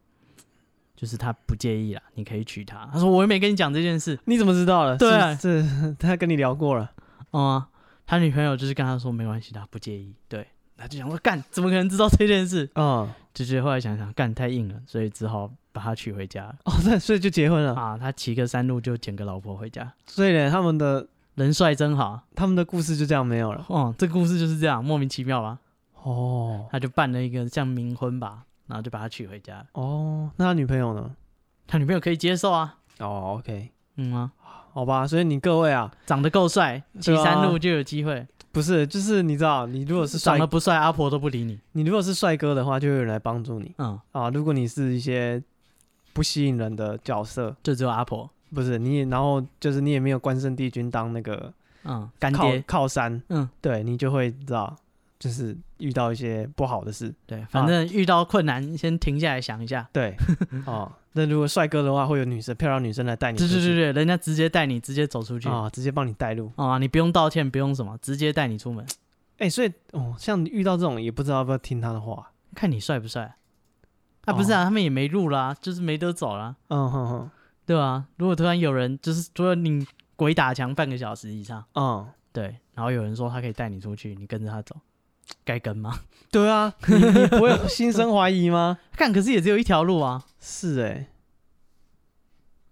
S2: 就是他不介意啦，你可以娶她，他说我又没跟你讲这件事，
S1: 你怎么知道了？
S2: 对
S1: 是不是他跟你聊过了。
S2: 哦、啊，他女朋友就是跟他说没关系的，他不介意。对，他就想说干，怎么可能知道这件事？
S1: 嗯，
S2: 就是后来想想干太硬了，所以只好把他娶回家了
S1: 哦，对，所以就结婚 了。
S2: 啊。他骑个山路就捡个老婆回家，
S1: 所以呢，他们的
S2: 人帅真好。
S1: 他们的故事就这样没有了。
S2: 哦、这故事就是这样，莫名其妙吧？
S1: 哦
S2: 他就办了一个像冥婚吧，然后就把他娶回家。
S1: 哦，那他女朋友呢？
S2: 他女朋友可以接受啊，
S1: 哦，OK，
S2: 嗯啊，
S1: 好吧。所以你各位啊，
S2: 长得够帅，骑
S1: 对啊
S2: 山路就有机会。
S1: 不是，就是你知道，你如果是帅
S2: 长得，不帅，阿婆都不理你。
S1: 你如果是帅哥的话，就会有人来帮助你
S2: 嗯，
S1: 啊。如果你是一些不吸引人的角色，
S2: 就只有阿婆。
S1: 不是你也，然后就是你也没有关圣帝君当那个
S2: 嗯，干
S1: 靠
S2: 爹。
S1: 靠山，
S2: 嗯，
S1: 对你就会你知道，就是遇到一些不好的事。
S2: 对，反正遇到困难，先停下来想一下。
S1: 对，哦，那如果帅哥的话，会有女生漂亮女生来带你出
S2: 对
S1: 去，
S2: 对对对，人家直接带你直接走出去啊、哦啊
S1: 啊、直接帮你带路。
S2: 你不用道歉，不用什么，直接带你出门，
S1: 哎、所以哦，像遇到这种也不知道要不要听他的话。
S2: 看你帅不帅啊？啊不是
S1: 哦
S2: 啊，他们也没路啦，就是没得走啦，
S1: 嗯哼哼，
S2: 对吧、如果突然有人就是除了你鬼打墙半个小时以上，
S1: 嗯，
S2: 对，然后有人说他可以带你出去，你跟着他走，该跟吗？
S1: 对啊，你你不会心生怀疑吗？
S2: 看，可是也只有一条路啊，
S1: 是哎、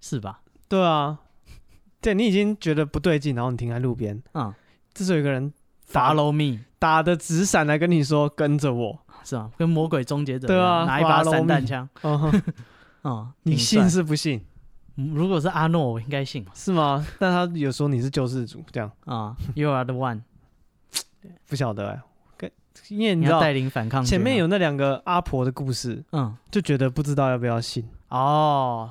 S2: 是吧？
S1: 对啊，对你已经觉得不对劲，然后你停在路边，
S2: 嗯
S1: 这时候有个人打
S2: ，Follow me
S1: 打的纸伞来跟你说跟着我，
S2: 是吧？跟魔鬼终结者一
S1: 对
S2: 样
S1: 啊
S2: 拿一把
S1: follow
S2: 散弹
S1: me
S2: 枪，
S1: 嗯哼，
S2: 嗯，
S1: 你
S2: 挺帅
S1: 信是不信？
S2: 嗯如果是阿诺，我应该信
S1: 是吗？但他有说你是救世主，这样
S2: 啊。You are the one，
S1: 不晓得、欸，跟因为你
S2: 你
S1: 知
S2: 要
S1: 道
S2: 带领反抗军啊。
S1: 前面有那两个阿婆的故事，
S2: 嗯
S1: 就觉得不知道要不要信，
S2: 哦，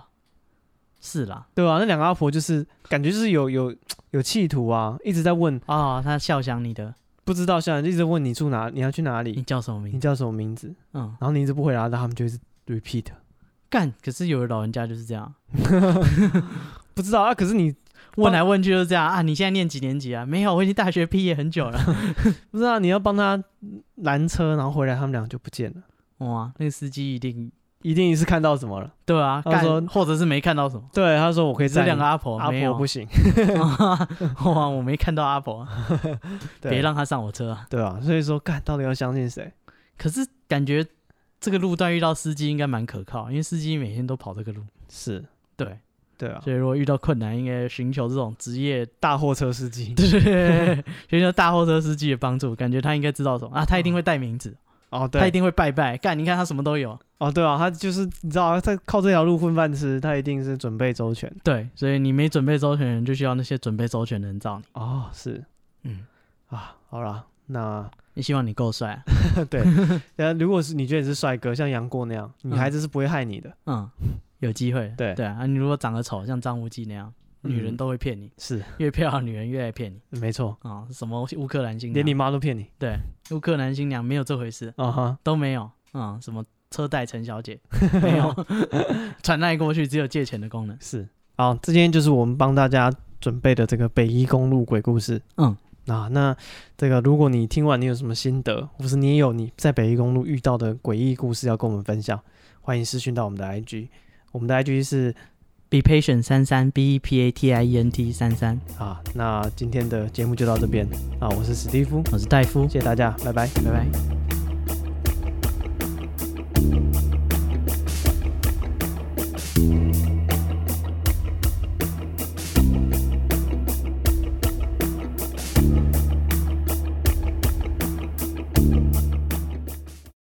S2: 是啦
S1: 对啊？那两个阿婆就是感觉就是有有有企图啊，一直在问，
S2: 哦，他笑想你的，
S1: 不知道像一直问你住哪，你要去哪
S2: 你
S1: 里，
S2: 叫什么
S1: 你
S2: 名字？
S1: 叫什么名字，
S2: 嗯，
S1: 然后你一直不回答，然后他们就一直 repeat，
S2: 干。可是有的老人家就是这样，
S1: 不知道啊。可是你
S2: 问来问去就是这样啊。你现在念几年级啊？没有，我已经大学毕业很久了。
S1: 不知道你要帮他拦车，然后回来他们俩就不见了，
S2: 哇，那个司机一定
S1: 一定是看到什么了。
S2: 对啊，
S1: 他
S2: 干
S1: 说
S2: 或者是没看到什么。
S1: 对，他说我可以
S2: 这
S1: 载
S2: 两
S1: 你
S2: 个阿婆，
S1: 阿
S2: 没
S1: 婆
S2: 有
S1: 啊不行，
S2: 哇，我没看到阿婆，
S1: 对
S2: 别让他上我车啊！
S1: 对啊，所以说干到底要相信谁？
S2: 可是感觉这个路段遇到司机应该蛮可靠，因为司机每天都跑这个路。
S1: 是
S2: 对，
S1: 对啊，
S2: 所以如果遇到困难，应该寻求这种 职业，
S1: 大货车司机
S2: 对对对，寻求大货车司机的帮助。感觉他应该知道什么啊，他一定会带名字，
S1: 哦，对
S2: 他一定会拜拜。干，你看他什么都有。
S1: 哦，对啊，他就是你知道啊，在靠这条路混饭吃，他一定是准备周全。
S2: 对，所以你没准备周全的人，就需要那些准备周全的人罩你。
S1: 哦，是
S2: 嗯，
S1: 啊，好啦，那
S2: 也希望你够 帅啊、
S1: 对，那如果是你觉得你是帅哥，像杨过那样，女孩子是不会害你的。
S2: 嗯，有机会。
S1: 对
S2: 对啊，你如果长得丑，像张无忌那样，女人
S1: 嗯
S2: 都会骗你，
S1: 是，
S2: 越漂亮的女人越爱骗你
S1: 没错，
S2: 啊、什么乌克兰新
S1: 连你
S2: 娘，
S1: 妈都骗你。
S2: 乌克兰新娘没有这回事，
S1: 啊哈，
S2: 都没有。嗯，什么车贷陈小 姐没有，传赖过去只有借钱的功能。
S1: 是。好，这今天就是我们帮大家准备的这个北一公路鬼故事。
S2: 嗯，
S1: 啊，那这个如果你听完你有什么心得，或是你也有你在北一公路遇到的诡异故事要跟我们分享，欢迎私讯到我们的 IG，我们的 IG 是
S2: Be patient 三三 B E P A T I E N T 三三，
S1: 啊，那今天的节目就到这边啊，我是史蒂夫，
S2: 我是戴夫，
S1: 谢谢大家，拜拜，
S2: 拜拜。